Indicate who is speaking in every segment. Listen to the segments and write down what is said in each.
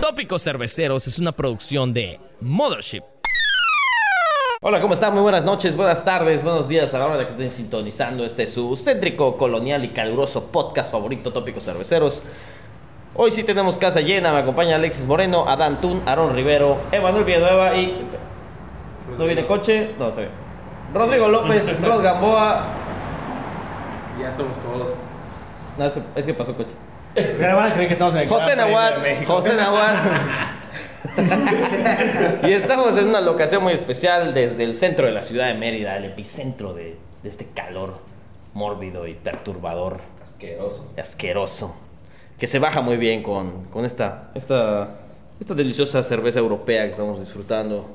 Speaker 1: Tópicos Cerveceros es una producción de Mothership.
Speaker 2: Hola, ¿cómo están? Muy buenas noches, buenas tardes, buenos días a la hora de que estén sintonizando este su céntrico, colonial y caluroso podcast favorito Tópicos Cerveceros. Hoy sí tenemos casa llena, me acompaña Alexis Moreno, Adán Tun, Aarón Rivero, Emanuel Villanueva y... ¿No viene coche? No, está bien. Rodrigo López, Rod Gamboa...
Speaker 3: Ya estamos todos.
Speaker 2: No, es- es que pasó coche.
Speaker 4: Pero van a creer que estamos en el
Speaker 2: José
Speaker 4: Gran Premio de
Speaker 2: Nahuatl,
Speaker 4: México.
Speaker 2: José Nahuatl. y estamos en una locación muy especial desde el centro de la ciudad de Mérida, el epicentro de, de este calor mórbido y perturbador,
Speaker 3: Asqueroso.
Speaker 2: asqueroso, que se baja muy bien con, con esta, esta, esta deliciosa cerveza europea que estamos disfrutando.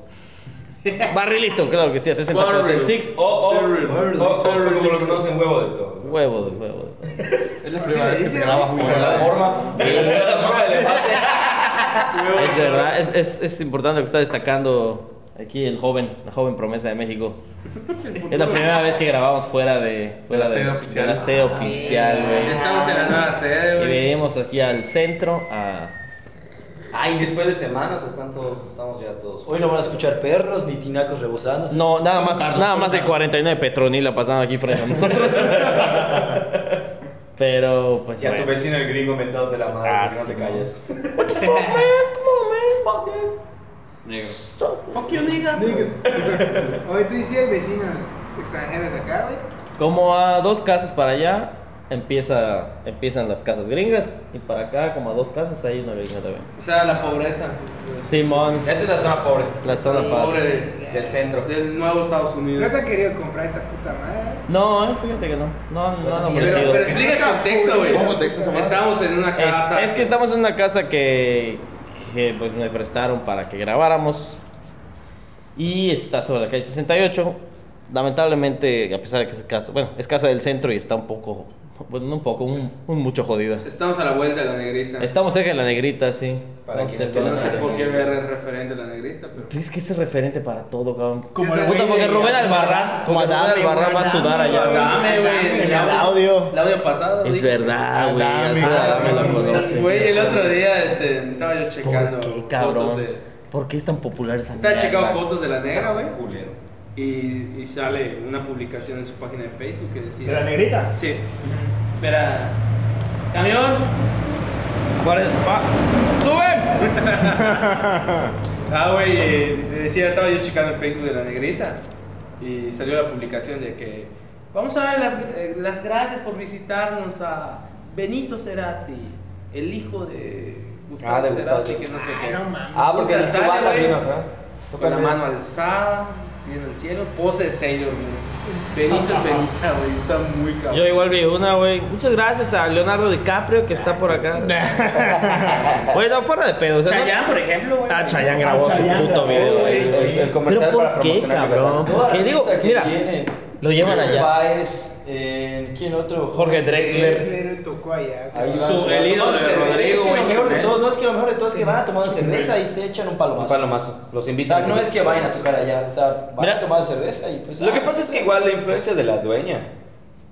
Speaker 2: Barrilito, claro que sí, a 60% six.
Speaker 3: o o
Speaker 4: Barrel.
Speaker 3: o- o- como lo conocen huevo de todo.
Speaker 2: Huevo, de- huevo. de-
Speaker 3: Es la
Speaker 4: primera vez que se graba fuera de la forma.
Speaker 2: Es verdad, es, es- es importante lo que está destacando aquí el joven, la joven promesa de México. Es la primera vez que grabamos fuera de, fuera
Speaker 4: la sede oficial. Ah,
Speaker 2: de la sede oficial, güey.
Speaker 3: Estamos en la nueva sede,
Speaker 2: Y
Speaker 3: güey.
Speaker 2: venimos aquí al centro a.
Speaker 3: Ay, después de semanas están todos, estamos ya todos.
Speaker 5: Hoy no van a escuchar perros ni tinacos rebosando.
Speaker 2: No, nada más, nada más de 49 Petronila pasando aquí frente a nosotros. Pero, pues.
Speaker 3: Y a tu
Speaker 2: bueno.
Speaker 3: vecino el gringo mentándote la madre,
Speaker 2: Ah,
Speaker 3: que no
Speaker 2: sí,
Speaker 3: te calles.
Speaker 6: Fuck you, nigga. Oye, tú dices, hay vecinas extranjeras de acá, güey.
Speaker 2: Como a dos casas para allá, empieza, empiezan las casas gringas. Y para acá, como a dos casas, hay una gringa también.
Speaker 6: O sea, la pobreza. pues.
Speaker 2: Simón,
Speaker 3: Esta es la zona pobre
Speaker 2: la zona
Speaker 6: Pobre
Speaker 2: padre.
Speaker 6: de-
Speaker 3: del centro.
Speaker 6: del nuevo Estados Unidos. No te han querido comprar esta puta madre.
Speaker 2: No, eh, fíjate que no. No, no han ofrecido.
Speaker 6: explica el contexto, güey.
Speaker 4: Pongo contexto, esa madre.
Speaker 6: Estamos en una
Speaker 2: Es,
Speaker 6: casa.
Speaker 2: es que estamos en una casa que, que, pues me prestaron para que grabáramos. Y está sobre la calle 68. Lamentablemente, a pesar de que es casa, bueno, es casa del centro y está un poco, bueno, no un poco, un, un mucho jodida.
Speaker 6: Estamos a la vuelta de la negrita.
Speaker 2: Estamos cerca de la negrita, sí.
Speaker 3: Para
Speaker 2: Estamos
Speaker 3: quienes
Speaker 2: cerca de la
Speaker 6: No sé
Speaker 2: Negrita.
Speaker 6: por qué ver el referente a la negrita, pero.
Speaker 2: Pues Es que es referente para todo, cabrón.
Speaker 4: Como el
Speaker 2: Puta,
Speaker 4: güey
Speaker 2: porque
Speaker 4: de-
Speaker 2: Rubén Albarrán, como Rubén Albarrán va a sudar allá.
Speaker 6: Dame, güey.
Speaker 4: El audio.
Speaker 6: El audio pasado.
Speaker 2: Es
Speaker 6: dije.
Speaker 2: verdad, güey.
Speaker 4: Adame,
Speaker 2: Adame la
Speaker 4: Adame.
Speaker 2: conoce.
Speaker 6: Güey, el otro día este, estaba yo checando
Speaker 2: ¿Por qué,
Speaker 6: fotos
Speaker 2: cabrón?
Speaker 6: de.
Speaker 2: ¿Por qué es tan popular esa
Speaker 6: Estaba
Speaker 2: mierda?
Speaker 6: checando fotos de la negra, güey.
Speaker 3: Culero.
Speaker 6: Y, y sale una publicación en su página de Facebook que
Speaker 4: ¿De la
Speaker 6: decía.
Speaker 4: negrita?
Speaker 6: Sí. Espera. Camión.
Speaker 2: ¿Cuál es? Va. ¡Sube!
Speaker 6: Ah, güey. eh, Decía, estaba yo checando el Facebook de la negrita. Y salió la publicación de que. Vamos a darle las, eh, las gracias por visitarnos a Benito Cerati, el hijo de Gustavo
Speaker 3: Ah, de Gustavo.
Speaker 6: Cerati, que no sé qué.
Speaker 3: Ah, porque
Speaker 6: Puta,
Speaker 3: el
Speaker 6: sale,
Speaker 3: subata
Speaker 6: güey.
Speaker 3: vino acá.
Speaker 6: Con la mano alzada, viendo el cielo, pose de Sailor Moon. Benito es Benita, güey, está muy cabrón.
Speaker 2: Yo igual vi una, güey. Muchas gracias a Leonardo DiCaprio que está por acá. Bueno, fuera de pedo. O sea, ¿no?
Speaker 6: Chayanne, por ejemplo, güey.
Speaker 2: Ah, Chayanne grabó
Speaker 4: Chayanne
Speaker 2: su puto
Speaker 4: grabó,
Speaker 2: video, güey.
Speaker 3: El- el- el comercial
Speaker 2: ¿Pero por
Speaker 3: para
Speaker 2: qué,
Speaker 3: promocionar
Speaker 2: cabrón?
Speaker 3: Yucatán.
Speaker 2: ¿Por
Speaker 5: Todo
Speaker 2: qué digo?
Speaker 5: artista que
Speaker 2: Mira,
Speaker 5: viene.
Speaker 2: lo llevan
Speaker 5: Silvio
Speaker 2: allá.
Speaker 5: Páez, en- ¿quién otro?
Speaker 3: Jorge Drexler.
Speaker 6: Drexler tocó allá. güey.
Speaker 5: Ahí
Speaker 3: Su-
Speaker 5: van, van
Speaker 3: el ídolo
Speaker 5: tomando
Speaker 3: de
Speaker 5: cerveza.
Speaker 3: Rodrigo,
Speaker 5: Es que lo
Speaker 3: güey.
Speaker 6: ¿eh?
Speaker 5: mejor de todo, no es que lo mejor de todo es que van a tomar cerveza y se echan un
Speaker 3: Un
Speaker 5: palomazo.
Speaker 3: palomazo. Los
Speaker 5: O
Speaker 3: invito.
Speaker 5: sea, no es que vayan a tocar allá, o sea, van
Speaker 2: Mira.
Speaker 5: a tomar cerveza y pues.
Speaker 3: Lo que
Speaker 5: ah,
Speaker 3: pasa es que igual la influencia de la dueña.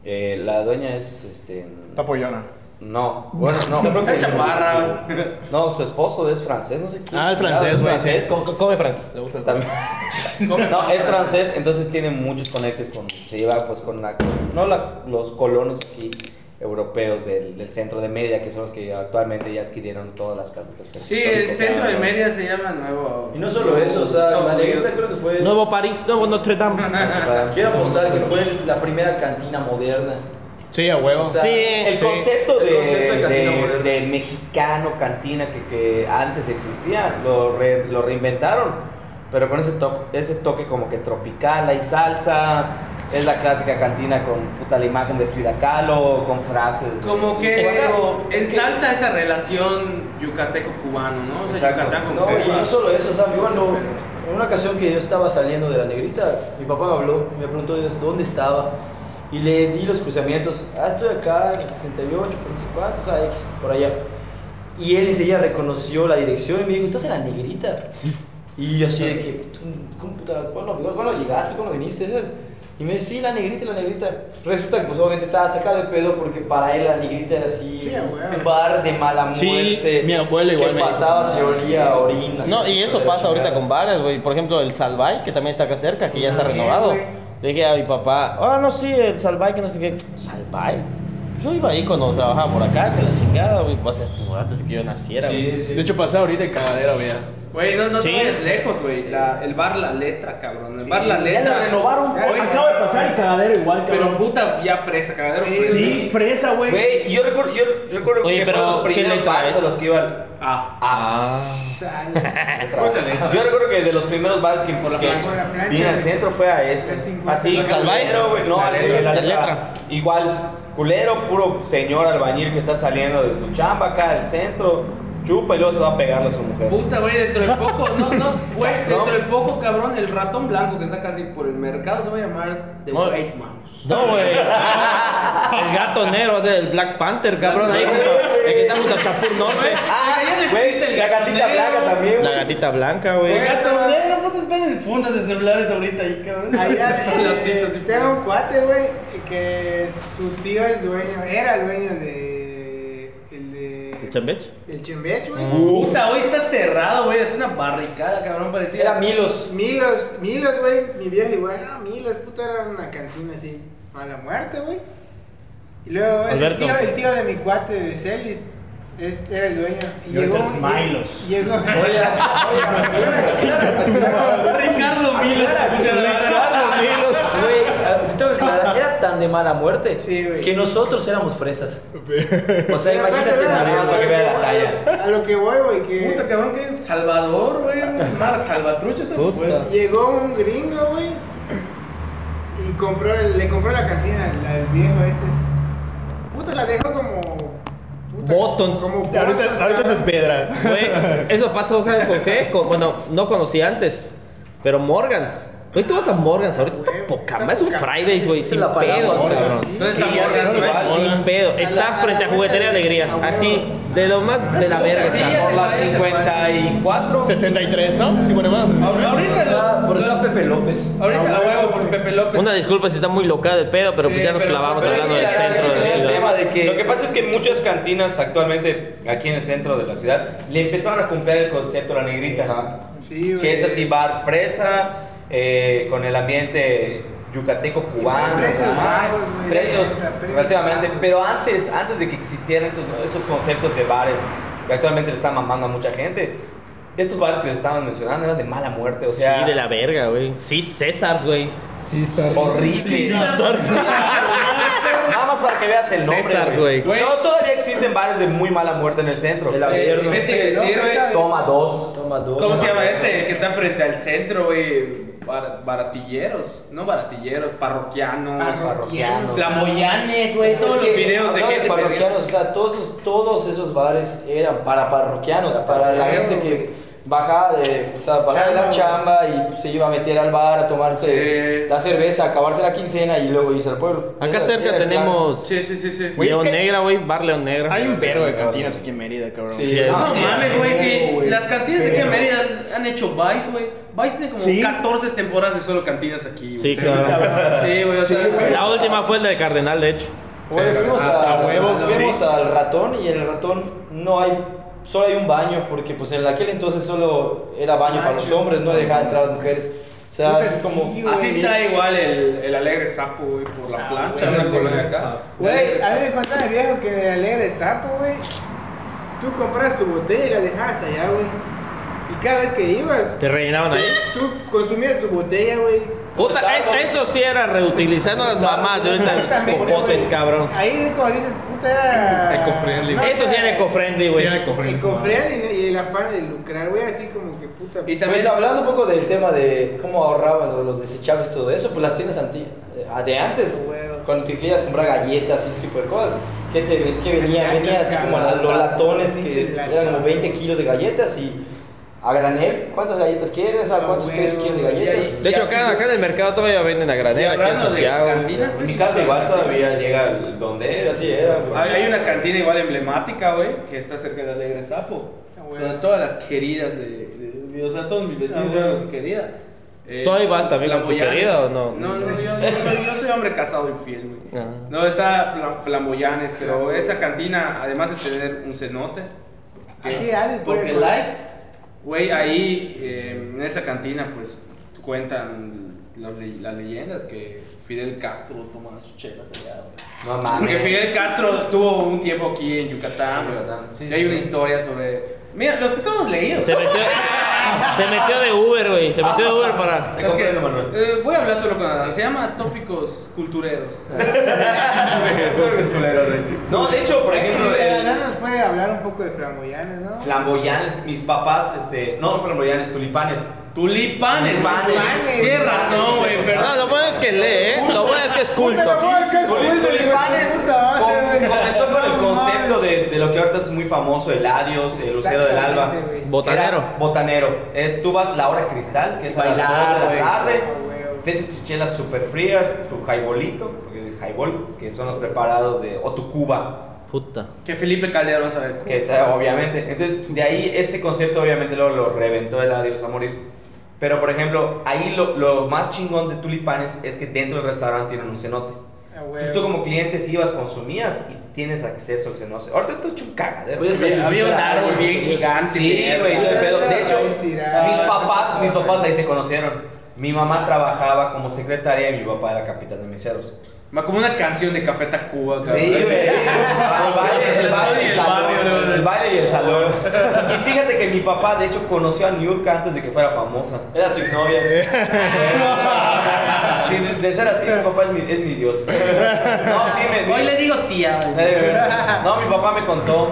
Speaker 3: eh, la dueña es este.
Speaker 4: Está pollona.
Speaker 3: No, bueno, no. Creo
Speaker 6: Está chaparra.
Speaker 3: No, su esposo es francés, no sé quién.
Speaker 4: Ah, es francés,
Speaker 3: Es
Speaker 4: güey,
Speaker 3: francés.
Speaker 2: Co- co- Come, Franz. Le gusta el-
Speaker 3: También. No, es francés, entonces tiene muchos conectes con. Se lleva pues con la- no las- los colonos aquí europeos del, del centro de Mérida, que son los que actualmente ya adquirieron todas las casas del centro.
Speaker 6: Sí, el
Speaker 3: histórico.
Speaker 6: centro de Mérida se llama Nuevo.
Speaker 5: Y no solo eso, o sea,
Speaker 6: Estados
Speaker 5: la
Speaker 6: Unidos.
Speaker 5: negrita creo que fue.
Speaker 2: Nuevo París, nuevo Notre Dame.
Speaker 5: Quiero apostar que fue la primera cantina moderna.
Speaker 4: Sí, a huevo.
Speaker 5: O sea,
Speaker 2: Sí.
Speaker 3: El concepto
Speaker 5: El
Speaker 3: de,
Speaker 5: concepto de cantina
Speaker 3: de-
Speaker 5: moderna.
Speaker 3: de mexicano cantina que, que antes existía, lo, re- lo reinventaron, pero con ese, to- ese toque como que tropical, hay salsa, es la clásica cantina con puta la imagen de Frida Kahlo, con frases. de-
Speaker 6: Como que
Speaker 5: Claro, es que-
Speaker 6: ensalza esa relación yucateco-cubano, ¿no? O sea,
Speaker 3: Exacto.
Speaker 6: Yucatán con
Speaker 5: No,
Speaker 6: Cuba.
Speaker 5: y no solo eso, o sea, mi hermano, en una ocasión que yo estaba saliendo de la negrita, mi papá me habló, me preguntó dónde estaba y le di los cruzamientos. Ah, estoy acá, en 68, por no sé cuánto, o sea, X, por allá. Y él enseguida reconoció la dirección y me dijo, ¿estás en la negrita? Y yo así de que, pues, ¿cómo puta, ¿cuándo, cuándo llegaste? ¿Cuándo viniste? ¿Sabes? Y me dice, sí, la negrita, la negrita. Resulta que pues obviamente estaba sacado de pedo porque para él la negrita era así,
Speaker 6: Sí, a huevo.
Speaker 5: un bar de mala muerte.
Speaker 4: Sí, mi abuela igual
Speaker 5: Que
Speaker 4: me dijo.
Speaker 5: pasaba, se olía a orina.
Speaker 2: No,
Speaker 5: así,
Speaker 2: y eso
Speaker 5: de la
Speaker 2: pasa ahorita
Speaker 5: chingada.
Speaker 2: con bares, güey. Por ejemplo, el Salvay, que también está acá cerca, que ya está renovado.
Speaker 6: güey.
Speaker 2: Le dije a mi papá, ah, no, sí, el Salvay, que no sé qué. ¿Salvay? Yo iba ahí cuando trabajaba por acá, que la chingada, güey. Pues esto, antes de que yo naciera, güey.
Speaker 3: Sí, sí.
Speaker 4: De hecho, pasé ahorita en cagadera, vea.
Speaker 6: Güey, no, no
Speaker 2: Sí.
Speaker 6: te vayas lejos, güey. La- El bar La Letra, cabrón. El bar La
Speaker 3: Ya
Speaker 6: Letra.
Speaker 3: la renovaron.
Speaker 6: Hoy-
Speaker 4: Acabo de pasar en cagadera igual,
Speaker 6: Pero
Speaker 4: cabrón.
Speaker 6: puta, ya fresa, cagadero.
Speaker 3: Sí,
Speaker 6: fresa.
Speaker 4: Sí, fresa, güey.
Speaker 3: Güey, yo recuerdo, yo recuerdo
Speaker 2: Oye,
Speaker 3: que
Speaker 2: pero,
Speaker 3: fueron los
Speaker 2: ¿qué
Speaker 3: primeros
Speaker 2: letra
Speaker 3: bares
Speaker 2: es?
Speaker 3: a los que iban.
Speaker 6: Ah,
Speaker 3: Ah.
Speaker 6: Órale.
Speaker 3: Yo recuerdo que de los primeros bares que por la
Speaker 6: Que
Speaker 3: plancha,
Speaker 6: por la plancha,
Speaker 3: vine al
Speaker 6: güey.
Speaker 3: centro fue a ese.
Speaker 6: Es cincuenta.
Speaker 3: Así,
Speaker 6: La
Speaker 3: culero,
Speaker 2: letra.
Speaker 3: güey. No,
Speaker 2: La
Speaker 3: la letra,
Speaker 2: letra.
Speaker 3: la letra.
Speaker 2: La letra.
Speaker 3: Igual, culero, puro señor albañil que está saliendo de su chamba acá del centro, chupa y luego se va a pegarle a su mujer.
Speaker 6: Puta, güey, dentro de poco, no, no, güey, dentro
Speaker 3: No.
Speaker 6: de poco, cabrón, el ratón blanco que está casi por el mercado se va a llamar The
Speaker 2: No.
Speaker 6: White Mouse.
Speaker 2: No, güey. El gato negro, o sea, el Black Panther, cabrón, ahí junto, el que está junto a Chapur Norte.
Speaker 3: Ah,
Speaker 6: ya no
Speaker 3: güey,
Speaker 6: existe el
Speaker 3: la gatita
Speaker 6: gatonero.
Speaker 3: blanca también.
Speaker 2: La
Speaker 3: güey.
Speaker 2: gatita blanca, güey.
Speaker 6: Oiga,
Speaker 7: Negro, putas pedas y fundas de celulares ahorita ahí, cabrón.
Speaker 8: Allá, eh,
Speaker 6: Los tintos y
Speaker 8: tengo un cuate, güey, que es- su tío es dueño, era dueño de. El de.
Speaker 2: ¿El chambech?
Speaker 8: del Chembech, güey.
Speaker 6: Puta, hoy está cerrado, güey, es una barricada, cabrón, parecía.
Speaker 5: Era Milos.
Speaker 8: Milos, Milos, güey, mi viejo igual, no, Milos, puta, era una cantina así, a la muerte, güey. Y luego el
Speaker 2: Alberto.
Speaker 8: tío, el tío de mi cuate de Celis, es, era el dueño. Y
Speaker 4: Y ahorita
Speaker 8: llegó,
Speaker 4: es Milos.
Speaker 8: Llegó.
Speaker 6: Ricardo Milos.
Speaker 5: Ricardo Milos. Güey, ah, tengo que aclarar, era tan de mala muerte
Speaker 8: Sí, güey.
Speaker 5: que nosotros éramos fresas. O sea,
Speaker 8: Pero aparte,
Speaker 5: imagínate,
Speaker 8: vea,
Speaker 5: Mariano,
Speaker 8: a
Speaker 5: que
Speaker 8: lo
Speaker 5: vea la
Speaker 8: voy,
Speaker 5: talla.
Speaker 8: A lo que voy, güey, que.
Speaker 6: Puta, cabrón, que en Salvador, güey, mar salvatrucha está fuerte.
Speaker 8: Llegó un gringo, güey. Y compró el- le compró la cantina la del viejo este. Puta, la dejó como. puta,
Speaker 2: Boston.
Speaker 8: Como Boston,
Speaker 4: Ahorita, ahorita
Speaker 8: cabrón.
Speaker 4: es piedra.
Speaker 2: Güey, eso pasó, ¿sabes por qué? Con- bueno, no conocí antes, pero Morgans. Güey, tú vas a Morgans, ahorita está
Speaker 8: Güey,
Speaker 2: poca,
Speaker 8: está
Speaker 2: madre, es un
Speaker 8: poca-
Speaker 2: Fridays, güey, sin
Speaker 5: la palabra,
Speaker 2: pedos,
Speaker 5: Morgans.
Speaker 2: cabrón.
Speaker 8: Sí,
Speaker 6: Entonces,
Speaker 8: sí,
Speaker 6: la morra
Speaker 8: ya
Speaker 6: se
Speaker 8: no
Speaker 6: va.
Speaker 2: Sin pedo,
Speaker 8: A
Speaker 2: está
Speaker 8: la-
Speaker 2: frente a
Speaker 8: a
Speaker 2: Juguetería
Speaker 8: la vuelta de-
Speaker 2: Alegría,
Speaker 8: a huevo.
Speaker 2: así, de lo más de la verga
Speaker 6: Sí, ya
Speaker 2: está.
Speaker 6: se
Speaker 3: Por la
Speaker 6: fue, se fue.
Speaker 3: 54.
Speaker 4: 63, ¿no? Sí, bueno, más.
Speaker 6: Ahor- Ahorita
Speaker 5: Ah,
Speaker 6: los-
Speaker 5: Por eso Ah, era Pepe López.
Speaker 6: Ahorita a huevo por Pepe López.
Speaker 2: Una disculpa si está muy loca de pedo, pero
Speaker 6: Sí,
Speaker 2: pues ya nos
Speaker 6: pero-
Speaker 2: clavamos
Speaker 6: pero es
Speaker 2: hablando
Speaker 6: que
Speaker 2: del
Speaker 6: ya-
Speaker 2: centro de la
Speaker 5: es el
Speaker 2: ciudad.
Speaker 5: tema de que.
Speaker 3: Lo que pasa es que muchas cantinas actualmente aquí en el centro de la ciudad le empezaron a comprar el concepto a la negrita.
Speaker 8: Sí,
Speaker 3: Que
Speaker 8: güey.
Speaker 3: es así, bar fresa, eh, con el ambiente yucateco cubano.
Speaker 8: Precios
Speaker 3: ¿no?
Speaker 8: bajos, güey.
Speaker 3: Precios,
Speaker 8: La precios
Speaker 3: relativamente.
Speaker 8: bajos.
Speaker 3: Pero antes, antes de que existieran estos, estos conceptos de bares, que actualmente le están mamando a mucha gente, estos bares que les estaban mencionando eran de mala muerte, o sea,
Speaker 2: Sí, de la verga, güey. Sí, Césars, güey.
Speaker 3: horrible. Nada más para que veas el nombre.
Speaker 2: Césars,
Speaker 6: güey.
Speaker 3: No, todavía existen bares de muy mala muerte en el centro.
Speaker 5: El
Speaker 6: Eh,
Speaker 5: abierto.
Speaker 6: ¿qué te iba a decir, güey?
Speaker 3: Toma dos.
Speaker 5: Toma dos.
Speaker 6: ¿Cómo se llama este? El que está frente al centro, güey. Bar- baratilleros. No baratilleros, parroquianos.
Speaker 3: Parroquianos.
Speaker 6: Flamoyanes, güey. Todos
Speaker 5: Es
Speaker 6: los
Speaker 5: que
Speaker 6: videos de
Speaker 5: hablando
Speaker 6: gente.
Speaker 5: parroquianos,
Speaker 6: perdiendo.
Speaker 5: o sea, todos esos, todos esos bares eran para parroquianos, para la gente que bajaba de, o sea, bajaba de la chamba y pues, se iba a meter al bar a tomarse
Speaker 6: Sí.
Speaker 5: la cerveza, acabarse la quincena y luego irse al pueblo.
Speaker 2: Acá
Speaker 5: Era-
Speaker 2: cerca
Speaker 5: era el plan.
Speaker 2: tenemos
Speaker 6: Sí, sí, sí, sí.
Speaker 4: Güey, es
Speaker 2: León
Speaker 4: que-
Speaker 2: Negra, güey, Bar León Negra.
Speaker 4: Hay un verbo de cantinas aquí en Mérida, cabrón.
Speaker 2: Sí,
Speaker 6: Ah, No
Speaker 2: es-
Speaker 6: mames, güey, sí. Las cantinas de aquí en Mérida han- han hecho Vice, güey. Vice tiene como
Speaker 4: Sí.
Speaker 6: 14 temporadas de solo cantinas aquí.
Speaker 2: Sí,
Speaker 6: güey.
Speaker 2: claro.
Speaker 6: Sí, güey, o sea.
Speaker 5: Sí, güey.
Speaker 2: La última fue la de Cardenal, de hecho.
Speaker 5: Güey, fuimos,
Speaker 4: Ah,
Speaker 5: a-
Speaker 4: a huevo,
Speaker 5: fuimos
Speaker 4: sí.
Speaker 5: al ratón y en el ratón no hay, solo hay un baño, porque pues en aquel entonces solo era baño para los hombres, no dejaban entrar las mujeres. O sea,
Speaker 8: Puta,
Speaker 5: es como...
Speaker 8: sí,
Speaker 6: Así está igual el, el alegre sapo, güey, por la plancha, una colonia acá.
Speaker 8: Güey, a mí me contaba el viejo que de alegre sapo, güey. Tú compras tu botella y la dejabas allá, güey. Y cada vez que ibas,
Speaker 2: Te rellenaban ahí.
Speaker 8: tú consumías tu botella, güey.
Speaker 2: Puta, es- eso sí era reutilizando las mamás de ahorita
Speaker 8: Exactamente,
Speaker 2: popotes,
Speaker 8: güey.
Speaker 2: cabrón.
Speaker 8: Ahí es cuando dices, puta, era.
Speaker 4: Eco-friendly, güey.
Speaker 2: Eso sí era eco-friendly, güey.
Speaker 8: El y, y el afán de lucrar, güey, así como que puta.
Speaker 6: Y
Speaker 5: También
Speaker 6: también
Speaker 5: Pues, hablando un poco del tema de cómo ahorraban los, los desechables y todo eso, pues las tiendas anti- eh, de antes,
Speaker 8: Huevo.
Speaker 5: cuando te querías comprar galletas y ese tipo de cosas, que, te, que venía,
Speaker 8: Galletas,
Speaker 5: venía así como la- los
Speaker 8: cabrón,
Speaker 5: latones
Speaker 8: pinche
Speaker 5: que
Speaker 8: latón.
Speaker 5: eran como 20 kilos de galletas y a granel, ¿cuántas galletas quieres? ¿A cuántos
Speaker 8: huevo.
Speaker 5: pesos quieres de galletas?
Speaker 2: De hecho, acá, acá en el mercado todavía venden a
Speaker 6: Y
Speaker 2: granel, aquí en
Speaker 6: hablando de
Speaker 2: Santiago.
Speaker 6: cantinas,
Speaker 3: En
Speaker 6: pues,
Speaker 3: mi casa igual
Speaker 6: cantinas.
Speaker 3: todavía llega el- donde
Speaker 5: Es
Speaker 3: es.
Speaker 5: que así era, güey.
Speaker 6: Hay, hay una cantina igual emblemática, güey, que está cerca de la Alegre Sapo.
Speaker 8: Ah, güey.
Speaker 6: Donde todas las queridas de, de- de- O sea, todos mis vecinos
Speaker 8: Ah,
Speaker 6: eran
Speaker 8: güey.
Speaker 6: su querida. eh,
Speaker 2: ¿Todavía vas también con tu
Speaker 6: flamboyanes.
Speaker 2: querida o no?
Speaker 6: No, no, yo, yo soy, yo soy hombre casado y fiel, güey.
Speaker 2: Ah.
Speaker 6: No, está fla- flamboyanes, pero esa cantina, además de tener un cenote,
Speaker 8: Aquí alguien puede
Speaker 7: Porque
Speaker 8: comer.
Speaker 7: like,
Speaker 6: güey, ahí eh, en esa cantina, pues cuentan las, le- las leyendas que Fidel Castro tomaba sus chelas allá, güey.
Speaker 3: No
Speaker 6: Porque
Speaker 3: mames.
Speaker 6: Fidel Castro tuvo un tiempo aquí en Yucatán.
Speaker 3: Ah, Sí, Yucatán. Sí,
Speaker 6: y
Speaker 3: sí,
Speaker 6: hay una
Speaker 3: sí.
Speaker 6: historia sobre. Mira, los que somos leídos.
Speaker 2: Se metió, se metió de Uber, güey. Se metió de Uber para.
Speaker 3: Te
Speaker 6: Los que-
Speaker 3: comprendo, Manuel.
Speaker 6: eh, voy a hablar solo con Adán. Se llama Tópicos Cultureros.
Speaker 3: No, de hecho, por
Speaker 8: Eh,
Speaker 3: ejemplo,
Speaker 8: eh,
Speaker 3: el
Speaker 8: Adán nos puede hablar un poco de flamboyanes, ¿no?
Speaker 3: flamboyanes, mis papás, este, no flamboyanes, tulipanes.
Speaker 6: Tulipanes,
Speaker 3: Tulipanes.
Speaker 6: tulipanes. Tienes razón, güey,
Speaker 2: No,
Speaker 6: perdón.
Speaker 2: lo bueno es que lee, ¿eh? Lo bueno es que es culto.
Speaker 8: Puta, lo voy a hacer
Speaker 3: Con el
Speaker 8: culto,
Speaker 3: tulipanes
Speaker 8: hijo de puta madre,
Speaker 3: com-
Speaker 8: güey.
Speaker 3: comenzó con el
Speaker 8: No
Speaker 3: concepto
Speaker 8: mames.
Speaker 3: de, de lo que ahorita es muy famoso, el adiós, el lucero del alba.
Speaker 8: Exactamente, güey.
Speaker 2: Botanero.
Speaker 3: Era botanero. Es, tú vas la hora cristal, que es a las
Speaker 6: Bailar,
Speaker 3: dos de
Speaker 6: güey.
Speaker 3: la tarde.
Speaker 8: Ah, güey, güey.
Speaker 3: Te echas tus chelas súper frías, tu jaibolito, porque es jaibol, que son los preparados de. o tu cuba,
Speaker 2: Puta.
Speaker 6: Que Felipe Calderón sabe.
Speaker 3: que es, eh, obviamente. Entonces, de ahí este concepto, obviamente, luego lo reventó el adiós a morir. Pero, por ejemplo, ahí lo, lo más chingón de tulipanes es que dentro del restaurante tienen un cenote.
Speaker 8: Ah, güey.
Speaker 3: Entonces tú como cliente si ibas, consumías y tienes acceso al cenoso. Ahorita está hecho un cagadero.
Speaker 6: Había- Pues, Había un árbol bien gigante.
Speaker 3: sí,
Speaker 6: mierda.
Speaker 3: güey, ese
Speaker 8: Ah,
Speaker 3: pedo. De hecho,
Speaker 8: ahí estirado.
Speaker 3: mis
Speaker 8: Ah,
Speaker 3: papás,
Speaker 8: sí,
Speaker 3: mis
Speaker 8: sí,
Speaker 3: papás
Speaker 8: sí.
Speaker 3: ahí se conocieron. Mi mamá trabajaba como secretaria y mi papá era capitán de meseros.
Speaker 6: Ma, Como una canción de Café Tacuba, cabrón.
Speaker 3: Sí, güey. Al baile, el baile y el salón. El baile y el salón. Y fíjate que mi papá, de hecho, conoció a Niurka antes de que fuera famosa.
Speaker 5: Era su exnovia.
Speaker 3: Sí, de, de ser así, mi papá es mi, es mi dios. No, sí, me,
Speaker 6: Hoy le digo tía. güey.
Speaker 3: No, mi papá me contó.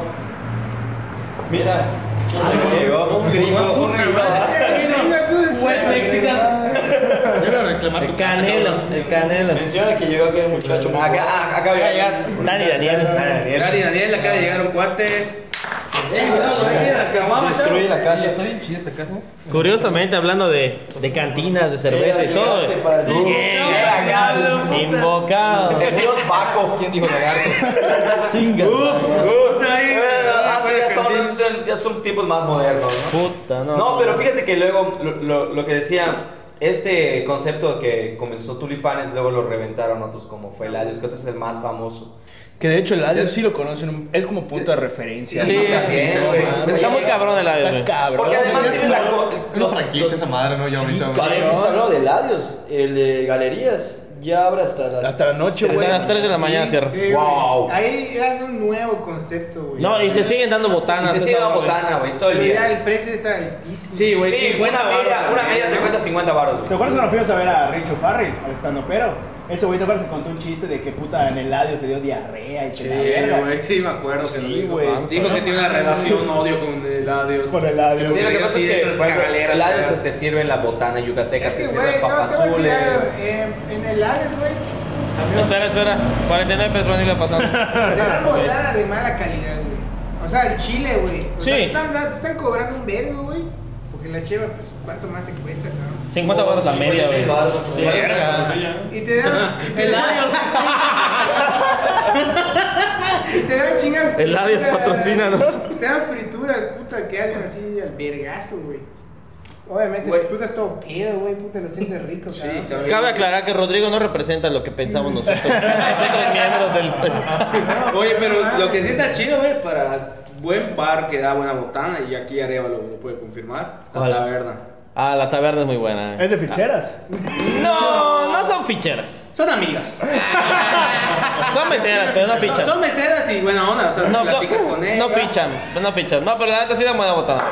Speaker 5: Mira.
Speaker 3: Llegó un gringo, un gringo.
Speaker 8: Mira tú,
Speaker 7: Güey, mexicano.
Speaker 2: El canelo, el canelo.
Speaker 5: Menciona que llegó aquel muchacho. muy
Speaker 3: Acá,
Speaker 5: guapo.
Speaker 3: ah, acá había llegado.
Speaker 2: Dani Daniel.
Speaker 6: Dani y Daniel, acá llegaron cuate. Eh,
Speaker 5: Destruye la casa.
Speaker 2: Curiosamente, hablando de, de cantinas, de cerveza y todo.
Speaker 5: Llegaste para el
Speaker 2: eh.
Speaker 5: grupo.
Speaker 3: Llega acá,
Speaker 2: Bien, Invocado.
Speaker 3: El dios Baco. ¿Quién dijo lagarto?
Speaker 2: Chinga.
Speaker 3: Ah, pero ya son- son, ya son tiempos más modernos, ¿no?
Speaker 2: Puta, no.
Speaker 3: No, pero fíjate que luego lo, lo- lo que decía, este concepto que comenzó Tulipanes, luego lo reventaron otros como fue Ladios, que antes es el más famoso.
Speaker 4: Que de hecho el adiós sí lo conocen, es como punto de referencia.
Speaker 2: Sí,
Speaker 3: Sí, también, güey.
Speaker 2: Está muy cabrón el audio, güey.
Speaker 4: cabrón.
Speaker 3: Porque además tiene la co-
Speaker 9: Una franquicia esa madre, ¿no? Ya ahorita. güey.
Speaker 5: Paréntesis, hablando de Ladios, el de galerías ya abre hasta las.
Speaker 4: Hasta la noche,
Speaker 2: Hasta
Speaker 4: güey.
Speaker 2: las 3 de la mañana cierra.
Speaker 8: Sí, güey.
Speaker 3: Wow.
Speaker 8: Ahí es un nuevo concepto, güey.
Speaker 2: No, y te siguen dando
Speaker 3: Y
Speaker 2: botanas.
Speaker 3: te
Speaker 2: tú
Speaker 3: sigue la
Speaker 2: sabes, güey.
Speaker 3: botana, güey, es todo el
Speaker 8: Pero ya
Speaker 3: día.
Speaker 8: el precio está altísimo.
Speaker 6: Sí, güey,
Speaker 3: Sí,
Speaker 6: 50
Speaker 3: una media,
Speaker 6: varos,
Speaker 3: una
Speaker 6: güey.
Speaker 3: media te cuesta 50 baros,
Speaker 7: ¿Te
Speaker 3: güey.
Speaker 7: acuerdas cuando fuimos a ver a Richo Farrell, al estandopero? Ese güey, ¿te acuerdas que contó un chiste de que puta en el labio se dio diarrea y que
Speaker 6: Sí,
Speaker 7: la verga?
Speaker 6: güey, sí, me acuerdo que lo
Speaker 7: Sí,
Speaker 6: dijo.
Speaker 7: güey.
Speaker 6: Dijo que tiene una relación odio con el adiós.
Speaker 7: Con el labio.
Speaker 3: Sí, lo que pasa
Speaker 6: Sí,
Speaker 3: es que
Speaker 6: esas
Speaker 3: por ejemplo,
Speaker 6: cagaleras,
Speaker 3: Ladios pues
Speaker 6: cagadas.
Speaker 3: te sirven la botana yucateca,
Speaker 8: Es
Speaker 3: te
Speaker 8: que,
Speaker 3: sirven
Speaker 8: güey, no, te voy a decir
Speaker 3: papazules.
Speaker 8: algo. En, en el Hades, güey,
Speaker 2: Espera, espera. 49 pesos la pasando.
Speaker 8: te dan botana de mala calidad, güey. O sea, el chile, güey. O
Speaker 2: Sí.
Speaker 8: sea, te están, da- te están cobrando un vergo, güey. Porque la cheva, pues, ¿cuánto más te cuesta, cabrón?
Speaker 2: 50 baros la media, güey. Sí.
Speaker 8: Y te dan. y te
Speaker 6: El
Speaker 8: dan-
Speaker 6: adiós.
Speaker 8: Y te dan chingas.
Speaker 9: El Hades,
Speaker 8: frituras,
Speaker 9: patrocínanos.
Speaker 8: Te dan frituras, puta, que hacen así al vergazo, güey. Obviamente,
Speaker 3: Güey.
Speaker 8: tú estás todo pedo, güey, puta, lo sientes rico,
Speaker 6: pues, Sí,
Speaker 8: cabrón.
Speaker 6: cabrón.
Speaker 2: Cabe aclarar que Rodrigo no representa lo que pensamos nosotros. Nosotros miembros del.
Speaker 6: Oye, pero lo que sí está chido, güey, para buen bar que da buena botana, y aquí Areva lo, lo puede confirmar, la
Speaker 2: Ojalá.
Speaker 6: taberna.
Speaker 2: Ah, la taberna es muy buena. güey.
Speaker 7: Es de ficheras.
Speaker 2: No, no son ficheras.
Speaker 6: Son amigas.
Speaker 2: Son meseras, pero no
Speaker 6: Son,
Speaker 2: fichan.
Speaker 6: son meseras y buena onda, o sea,
Speaker 2: No, no,
Speaker 6: platicas con ellas.
Speaker 2: no fichan, no fichan. No, pero la neta sí da buena botana.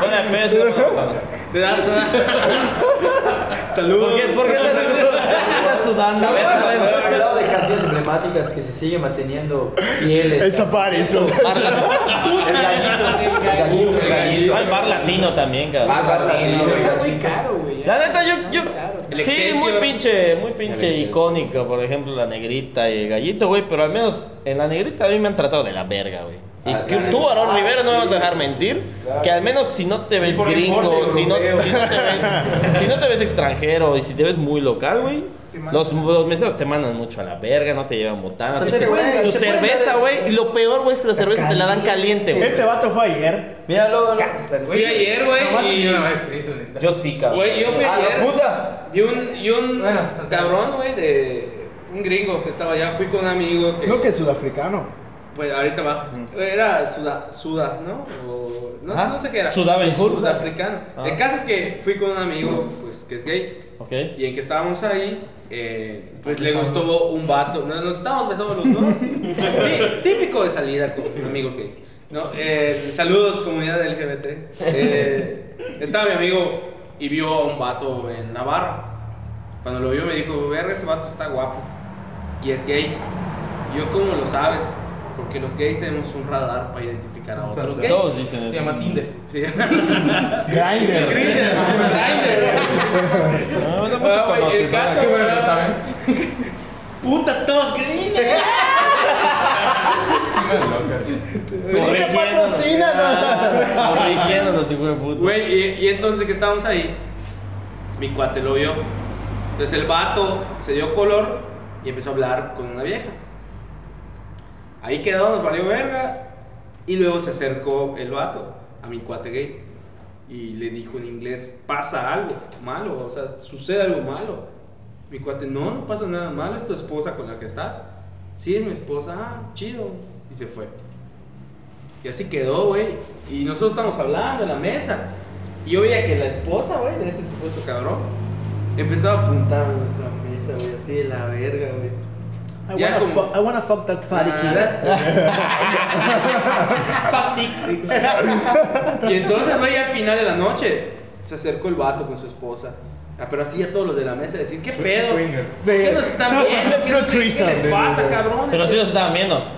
Speaker 2: Buena de peso, buena botana.
Speaker 6: Te dan toda- Saludos.
Speaker 2: ¿Por qué, por qué estás por qué estás sudando?
Speaker 5: A
Speaker 2: A
Speaker 5: ver,
Speaker 2: ver,
Speaker 5: a ver,
Speaker 2: a ver.
Speaker 5: hablado de cantidades emblemáticas que se siguen manteniendo
Speaker 4: Ah,
Speaker 5: fieles.
Speaker 7: El safari, eso.
Speaker 5: El gallito. El gallito.
Speaker 3: El gallito.
Speaker 2: Al bar latino también, cabrón.
Speaker 3: Ah, Martín, güey.
Speaker 8: Está muy caro, güey.
Speaker 2: La neta, yo. yo
Speaker 6: El
Speaker 2: sí, muy
Speaker 6: Excelsior.
Speaker 2: pinche, muy
Speaker 3: El
Speaker 2: pinche
Speaker 3: Excelsior.
Speaker 2: icónico, por ejemplo, la negrita y el gallito, güey. Pero al menos en la negrita a mí me han tratado de la verga, güey. Y
Speaker 3: Ah,
Speaker 2: que
Speaker 3: claro.
Speaker 2: tú, Aarón
Speaker 5: Ah,
Speaker 2: Rivera, no me
Speaker 5: sí.
Speaker 2: vas a dejar mentir. Que al menos si no te ves
Speaker 5: por el
Speaker 2: gringo,
Speaker 5: porte
Speaker 2: si no,
Speaker 5: europeo.
Speaker 2: si no te ves, si no te ves extranjero y si te ves muy local, güey,
Speaker 8: Te te mandan.
Speaker 2: Los, los meseros te mandan mucho a la verga, no te llevan botana.
Speaker 5: O sea,
Speaker 2: tu
Speaker 5: se
Speaker 2: tu
Speaker 5: pueden- se pueden
Speaker 2: cerveza,
Speaker 5: dar-
Speaker 2: güey. Y lo peor, güey, es que la cerveza te la dan caliente, güey.
Speaker 7: Este vato fue ayer.
Speaker 5: Mira, luego. luego-
Speaker 6: Fui ayer,
Speaker 9: Nomás
Speaker 6: güey,
Speaker 9: tenía
Speaker 6: y...
Speaker 9: una experiencia bonita.
Speaker 3: Yo sí, cabrón.
Speaker 6: Güey, yo fui
Speaker 5: ¡A la
Speaker 6: ayer.
Speaker 5: puta!
Speaker 6: Y un, y un
Speaker 9: Bueno, o sea.
Speaker 6: cabrón, güey, de un gringo que estaba allá, fui con un amigo que,
Speaker 7: Creo que es sudafricano.
Speaker 6: pues ahorita va, era suda, suda, ¿no? O, no,
Speaker 2: Ah,
Speaker 6: no sé qué era.
Speaker 2: Sudaventur.
Speaker 6: Sudafricano.
Speaker 2: Ah.
Speaker 6: El caso es que fui con un amigo, pues, que es gay,
Speaker 2: Ok.
Speaker 6: y en que estábamos ahí, eh, pues le gustó un vato, nos, nos estábamos besando los dos, Sí, típico de salida con amigos gays. No, Eh, saludos comunidad LGBT. Eh, estaba mi amigo y vio a un vato en la barra. Cuando lo vio me dijo, verga, ese vato está guapo. Y es gay. Y yo, ¿cómo lo sabes? Porque los gays tenemos un radar para identificar a otros gays.
Speaker 2: Todos dicen
Speaker 9: Se
Speaker 2: eso.
Speaker 9: llama Tinder.
Speaker 6: Sí.
Speaker 7: Grinder.
Speaker 6: Grindr, Grindr.
Speaker 2: No, no,
Speaker 6: Ah, güey, el
Speaker 9: Conocido.
Speaker 6: caso,
Speaker 9: Qué bueno que
Speaker 6: ¿verdad?
Speaker 9: lo saben.
Speaker 6: Puta, todos Grindr.
Speaker 9: Chingo de locas.
Speaker 2: Corrigiéndonos.
Speaker 7: patrocina,
Speaker 2: Corrigiéndonos, hijo de puta.
Speaker 6: Güey, y, y entonces que estábamos ahí, mi cuate lo vio. Entonces el vato se dio color y empezó a hablar con una vieja. Ahí quedó, nos valió verga. Y luego se acercó el vato a mi cuate gay y le dijo en inglés: pasa algo malo, o sea, sucede algo malo. Mi cuate, no, no pasa nada malo, es tu esposa con la que estás. Sí, es mi esposa, ah, chido. Y se fue. Y así quedó, güey. Y nosotros estamos hablando en la mesa. Y yo veía que la esposa, güey, de ese supuesto cabrón, empezaba a apuntar a nuestra mesa, güey, así de la verga, güey.
Speaker 7: I
Speaker 6: Ya
Speaker 7: wanna,
Speaker 6: como-
Speaker 7: fu- I wanna fuck that fatty
Speaker 4: Ah,
Speaker 7: kid.
Speaker 6: Fuck dick. y entonces, güey, al final de la noche se acercó el vato con su esposa. Ah, Pero así a todos los de la mesa decir, ¿qué pedo?
Speaker 9: swingers.
Speaker 7: Sí.
Speaker 8: Eh,
Speaker 6: ¿Qué nos están viendo? ¿Qué, no sé qué les pasa, cabrón?
Speaker 2: Pero sí los estaban viendo.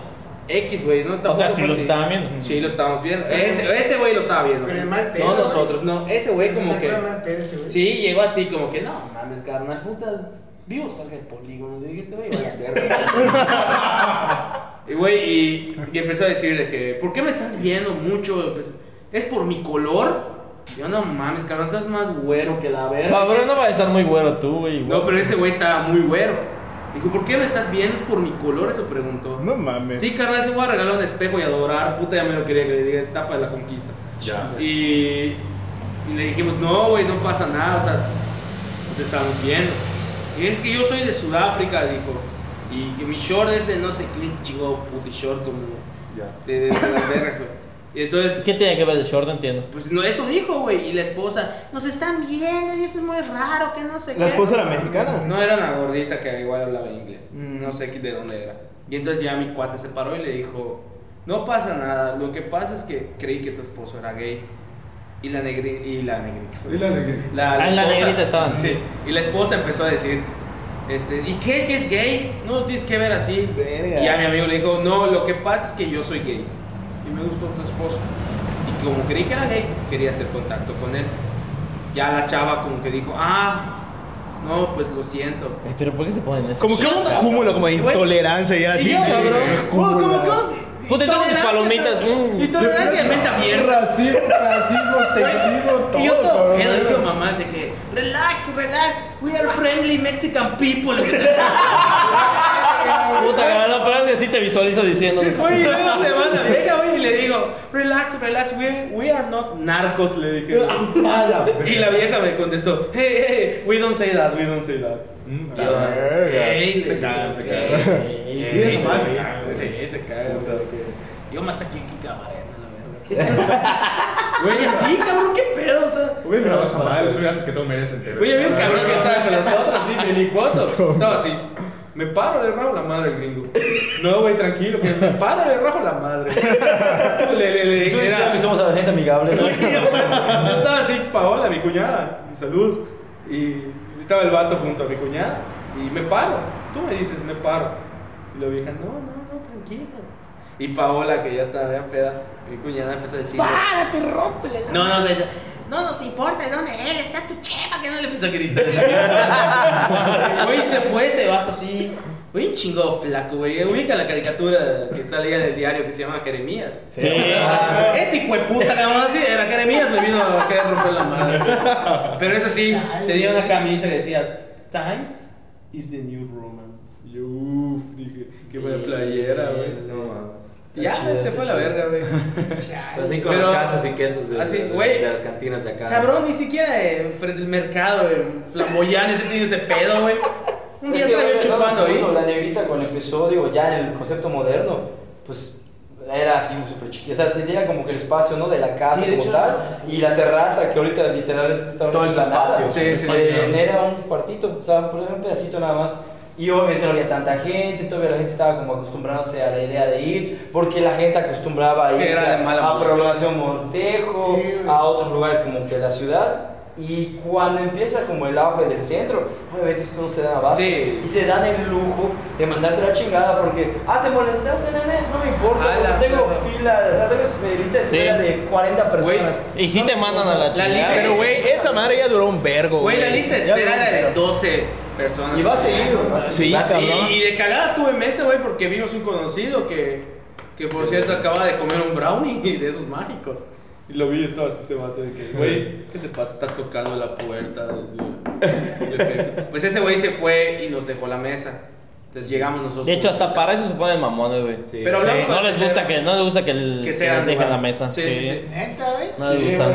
Speaker 6: X, güey, no
Speaker 2: O sea,
Speaker 6: tampoco
Speaker 2: sí
Speaker 6: fue
Speaker 2: los
Speaker 6: así.
Speaker 2: estaban viendo.
Speaker 6: Sí, lo estábamos viendo. Ese ese güey lo estaba viendo.
Speaker 8: Pero
Speaker 6: güey.
Speaker 8: el mal pedo,
Speaker 6: No
Speaker 8: güey.
Speaker 6: nosotros, no. Ese güey como
Speaker 8: Sacó
Speaker 6: que...
Speaker 8: el mal pedo ese güey.
Speaker 6: Sí, llegó así como que, no mames, carnal, puta, vivo salga del polígono, le dije, te voy a llevar a la verga". Y güey, y, y empezó a decirle que, ¿por qué me estás viendo mucho? Pues, ¿Es por mi color? Yo, no mames, carnal, estás más güero que la verga.
Speaker 2: Cabrón, no va a estar muy güero tú, güey.
Speaker 6: No, pero ese güey estaba muy güero. Dijo, ¿por qué me estás viendo? ¿Es por mi color? Eso preguntó.
Speaker 7: No
Speaker 9: eh.
Speaker 7: mames.
Speaker 6: Sí, carnal, te voy a regalar un espejo y adorar. Puta, ya me lo quería que le diga etapa de la conquista.
Speaker 9: Ya.
Speaker 6: Y, y le dijimos, no, güey, no pasa nada, o sea, no te estamos viendo. Y es que yo soy de Sudáfrica, dijo. Y que mi short es de no sé qué, un chico puti short como
Speaker 9: Ya.
Speaker 6: de, de las vergas, güey. Y entonces,
Speaker 2: ¿Qué tiene que ver el short? No entiendo.
Speaker 6: pues no, eso dijo, güey. Y la esposa, nos están viendo y eso es muy raro, que no sé qué.
Speaker 4: ¿La esposa era mexicana? Mm.
Speaker 6: No era una gordita que igual hablaba inglés. No sé qué- de dónde era. Y entonces ya mi cuate se paró y le dijo, no pasa nada, lo que pasa es que creí que tu esposo era gay. Y la negrita... Y la negrita.
Speaker 9: Y la negrita.
Speaker 6: La,
Speaker 2: Ah, en la
Speaker 6: esposa-
Speaker 2: negrita estaban.
Speaker 6: Sí. Y la esposa empezó a decir, este, ¿y qué si es gay? No lo tienes que ver así.
Speaker 4: Verga.
Speaker 6: Y a mi amigo le dijo, no, lo que pasa es que yo soy gay. Y me gustó tu esposo. Y como creí que era gay, quería hacer contacto con él. Ya la chava como que dijo, ah, no, pues lo siento.
Speaker 2: Ay, pero ¿por qué se ponen eso?
Speaker 4: Como que un cúmulo como de
Speaker 6: Güey.
Speaker 4: intolerancia y así.
Speaker 6: Sí, cabrón.
Speaker 4: Cúmulo.
Speaker 6: ¿Cómo, cómo?
Speaker 2: Puta, y tengo mis
Speaker 6: Intolerancia,
Speaker 2: palomitas,
Speaker 6: pero-
Speaker 2: mm.
Speaker 6: Intolerancia de mente abierta.
Speaker 7: Racismo, racismo, sexismo, todo.
Speaker 6: Y yo todo
Speaker 7: cabrón.
Speaker 6: pedo, dice mamás de que, relax, relax, we are friendly Mexican people.
Speaker 2: mm, Puta, cabrón, no, pero es que sí te visualizo diciendo.
Speaker 6: Güey, y luego se va la vieja, güey, y le digo, relax, relax, we, we are not narcos, le dije. y la vieja me contestó, hey, hey, we don't say that, we don't say that. Y yo,
Speaker 7: verga.
Speaker 6: "Ey", le
Speaker 7: Se cagan, se
Speaker 6: dije,
Speaker 7: cagan.
Speaker 6: "Ey,
Speaker 7: Y
Speaker 6: ey,
Speaker 7: eso más, se
Speaker 6: ey".
Speaker 7: cagan,
Speaker 6: Sí, se cagan, güey, que Yo maté a Kiki Camarena, la verga. Güey, así, cabrón, qué pedo, o sea.
Speaker 9: Güey, pero vas a mal, eso ya sé que todo merece entero.
Speaker 6: Oye, había un cabrón que estaba con nosotros, así, belicoso. Estaba así. Me paro, le rajo la madre al gringo. No, güey, tranquilo, que me paro, le rajo la madre. Le, le, le,
Speaker 5: Tú decías
Speaker 6: era-
Speaker 5: que somos a la gente amigable, ¿no?
Speaker 6: yo estaba así, Paola, mi cuñada, y saludos. Y estaba el vato junto a mi cuñada. Y me paro. Tú me dices, me paro. Y la vieja, no, no, no, tranquilo. Y Paola, que ya estaba bien peda, mi cuñada empezó a decir. ¡Párate, rómpele! No, no, me decía, no nos importa de dónde eres, está tu cheva, que no le empezó a gritar. Güey, se fue ese vato así. Güey, un chingo flaco, güey. Ubica la caricatura que salía del diario que se llama Jeremías.
Speaker 2: Sí.
Speaker 6: Ah, Ese hijo de puta, cabrón, así era Jeremías, me vino a querer romper la madre. Pero eso sí, tenía una camisa que decía Times is the new Roman. Y yo, uff, dije, qué buena playera, güey.
Speaker 3: No, mames.
Speaker 6: Ya,
Speaker 3: Está chida,
Speaker 6: se fue a
Speaker 3: está
Speaker 6: la verga, güey.
Speaker 3: Así con
Speaker 6: Pero-
Speaker 3: los calzas y quesos de,
Speaker 6: así,
Speaker 3: de-
Speaker 6: güey.
Speaker 3: de las cantinas de acá.
Speaker 6: Cabrón, ni siquiera en frente del mercado, en Flamboyán, ese tiene ese pedo, güey. Un día
Speaker 5: Es que
Speaker 6: estaba yo
Speaker 5: regresando
Speaker 6: chupando
Speaker 5: al punto,
Speaker 6: ahí.
Speaker 5: La negrita cuando empezó, digo, ya en el concepto moderno, pues era así súper chiquita. O sea, tenía como que el espacio, ¿no? De la casa
Speaker 3: Sí, de
Speaker 5: como
Speaker 3: hecho,
Speaker 5: tal. Y la terraza, que ahorita literal es puta
Speaker 3: Todo
Speaker 5: una
Speaker 3: el
Speaker 5: explanada.
Speaker 3: patio. Sí, sí,
Speaker 5: Eh,
Speaker 3: sí.
Speaker 5: Era un cuartito, o sea, por ejemplo, un pedacito nada más. Y obviamente no había tanta gente, todavía la gente estaba como acostumbrándose a la idea de ir, porque la gente acostumbraba a
Speaker 6: Que
Speaker 5: irse
Speaker 6: era de mala
Speaker 5: a
Speaker 6: muerte.
Speaker 5: Población Montejo,
Speaker 8: Sí, güey.
Speaker 5: a otros lugares como que la ciudad. Y cuando empieza como el auge del centro, obviamente esto no se da abasto.
Speaker 6: Sí.
Speaker 5: Y se dan el lujo de mandarte la chingada porque, ah, te molestaste, nene, no me importa,
Speaker 6: A la
Speaker 5: porque tengo
Speaker 6: verga.
Speaker 5: fila, o sea, tengo lista de
Speaker 2: Sí.
Speaker 5: espera de 40 personas.
Speaker 2: Y si te mandan a la
Speaker 6: La
Speaker 2: chingada.
Speaker 6: lista,
Speaker 4: Pero, güey, esa madre ya duró un vergo,
Speaker 6: Güey, la lista de
Speaker 4: Ya
Speaker 6: espera
Speaker 4: duró un
Speaker 6: era de
Speaker 4: vergo.
Speaker 6: 12 personas.
Speaker 5: Y va a seguir, va a seguir.
Speaker 4: Sí,
Speaker 5: Va a seguir.
Speaker 4: cabrón.
Speaker 6: Y, y de cagada tuve mesa, güey, porque vimos un conocido que, que por cierto acaba de comer un brownie de esos mágicos. Y lo vi y estaba así ese vato de que, güey, ¿qué te pasa? Está tocando la puerta. desde el efecto. Pues ese güey se fue y nos dejó la mesa. Entonces llegamos nosotros.
Speaker 2: De hecho, hasta para eso se ponen mamones, güey.
Speaker 6: Pero hablamos
Speaker 2: no
Speaker 6: con-
Speaker 2: les gusta que no les gusta que, el,
Speaker 6: que sean.
Speaker 2: les dejen
Speaker 6: güey.
Speaker 2: la mesa.
Speaker 6: Sí, sí, sí.
Speaker 8: Neta, güey.
Speaker 2: No les gusta.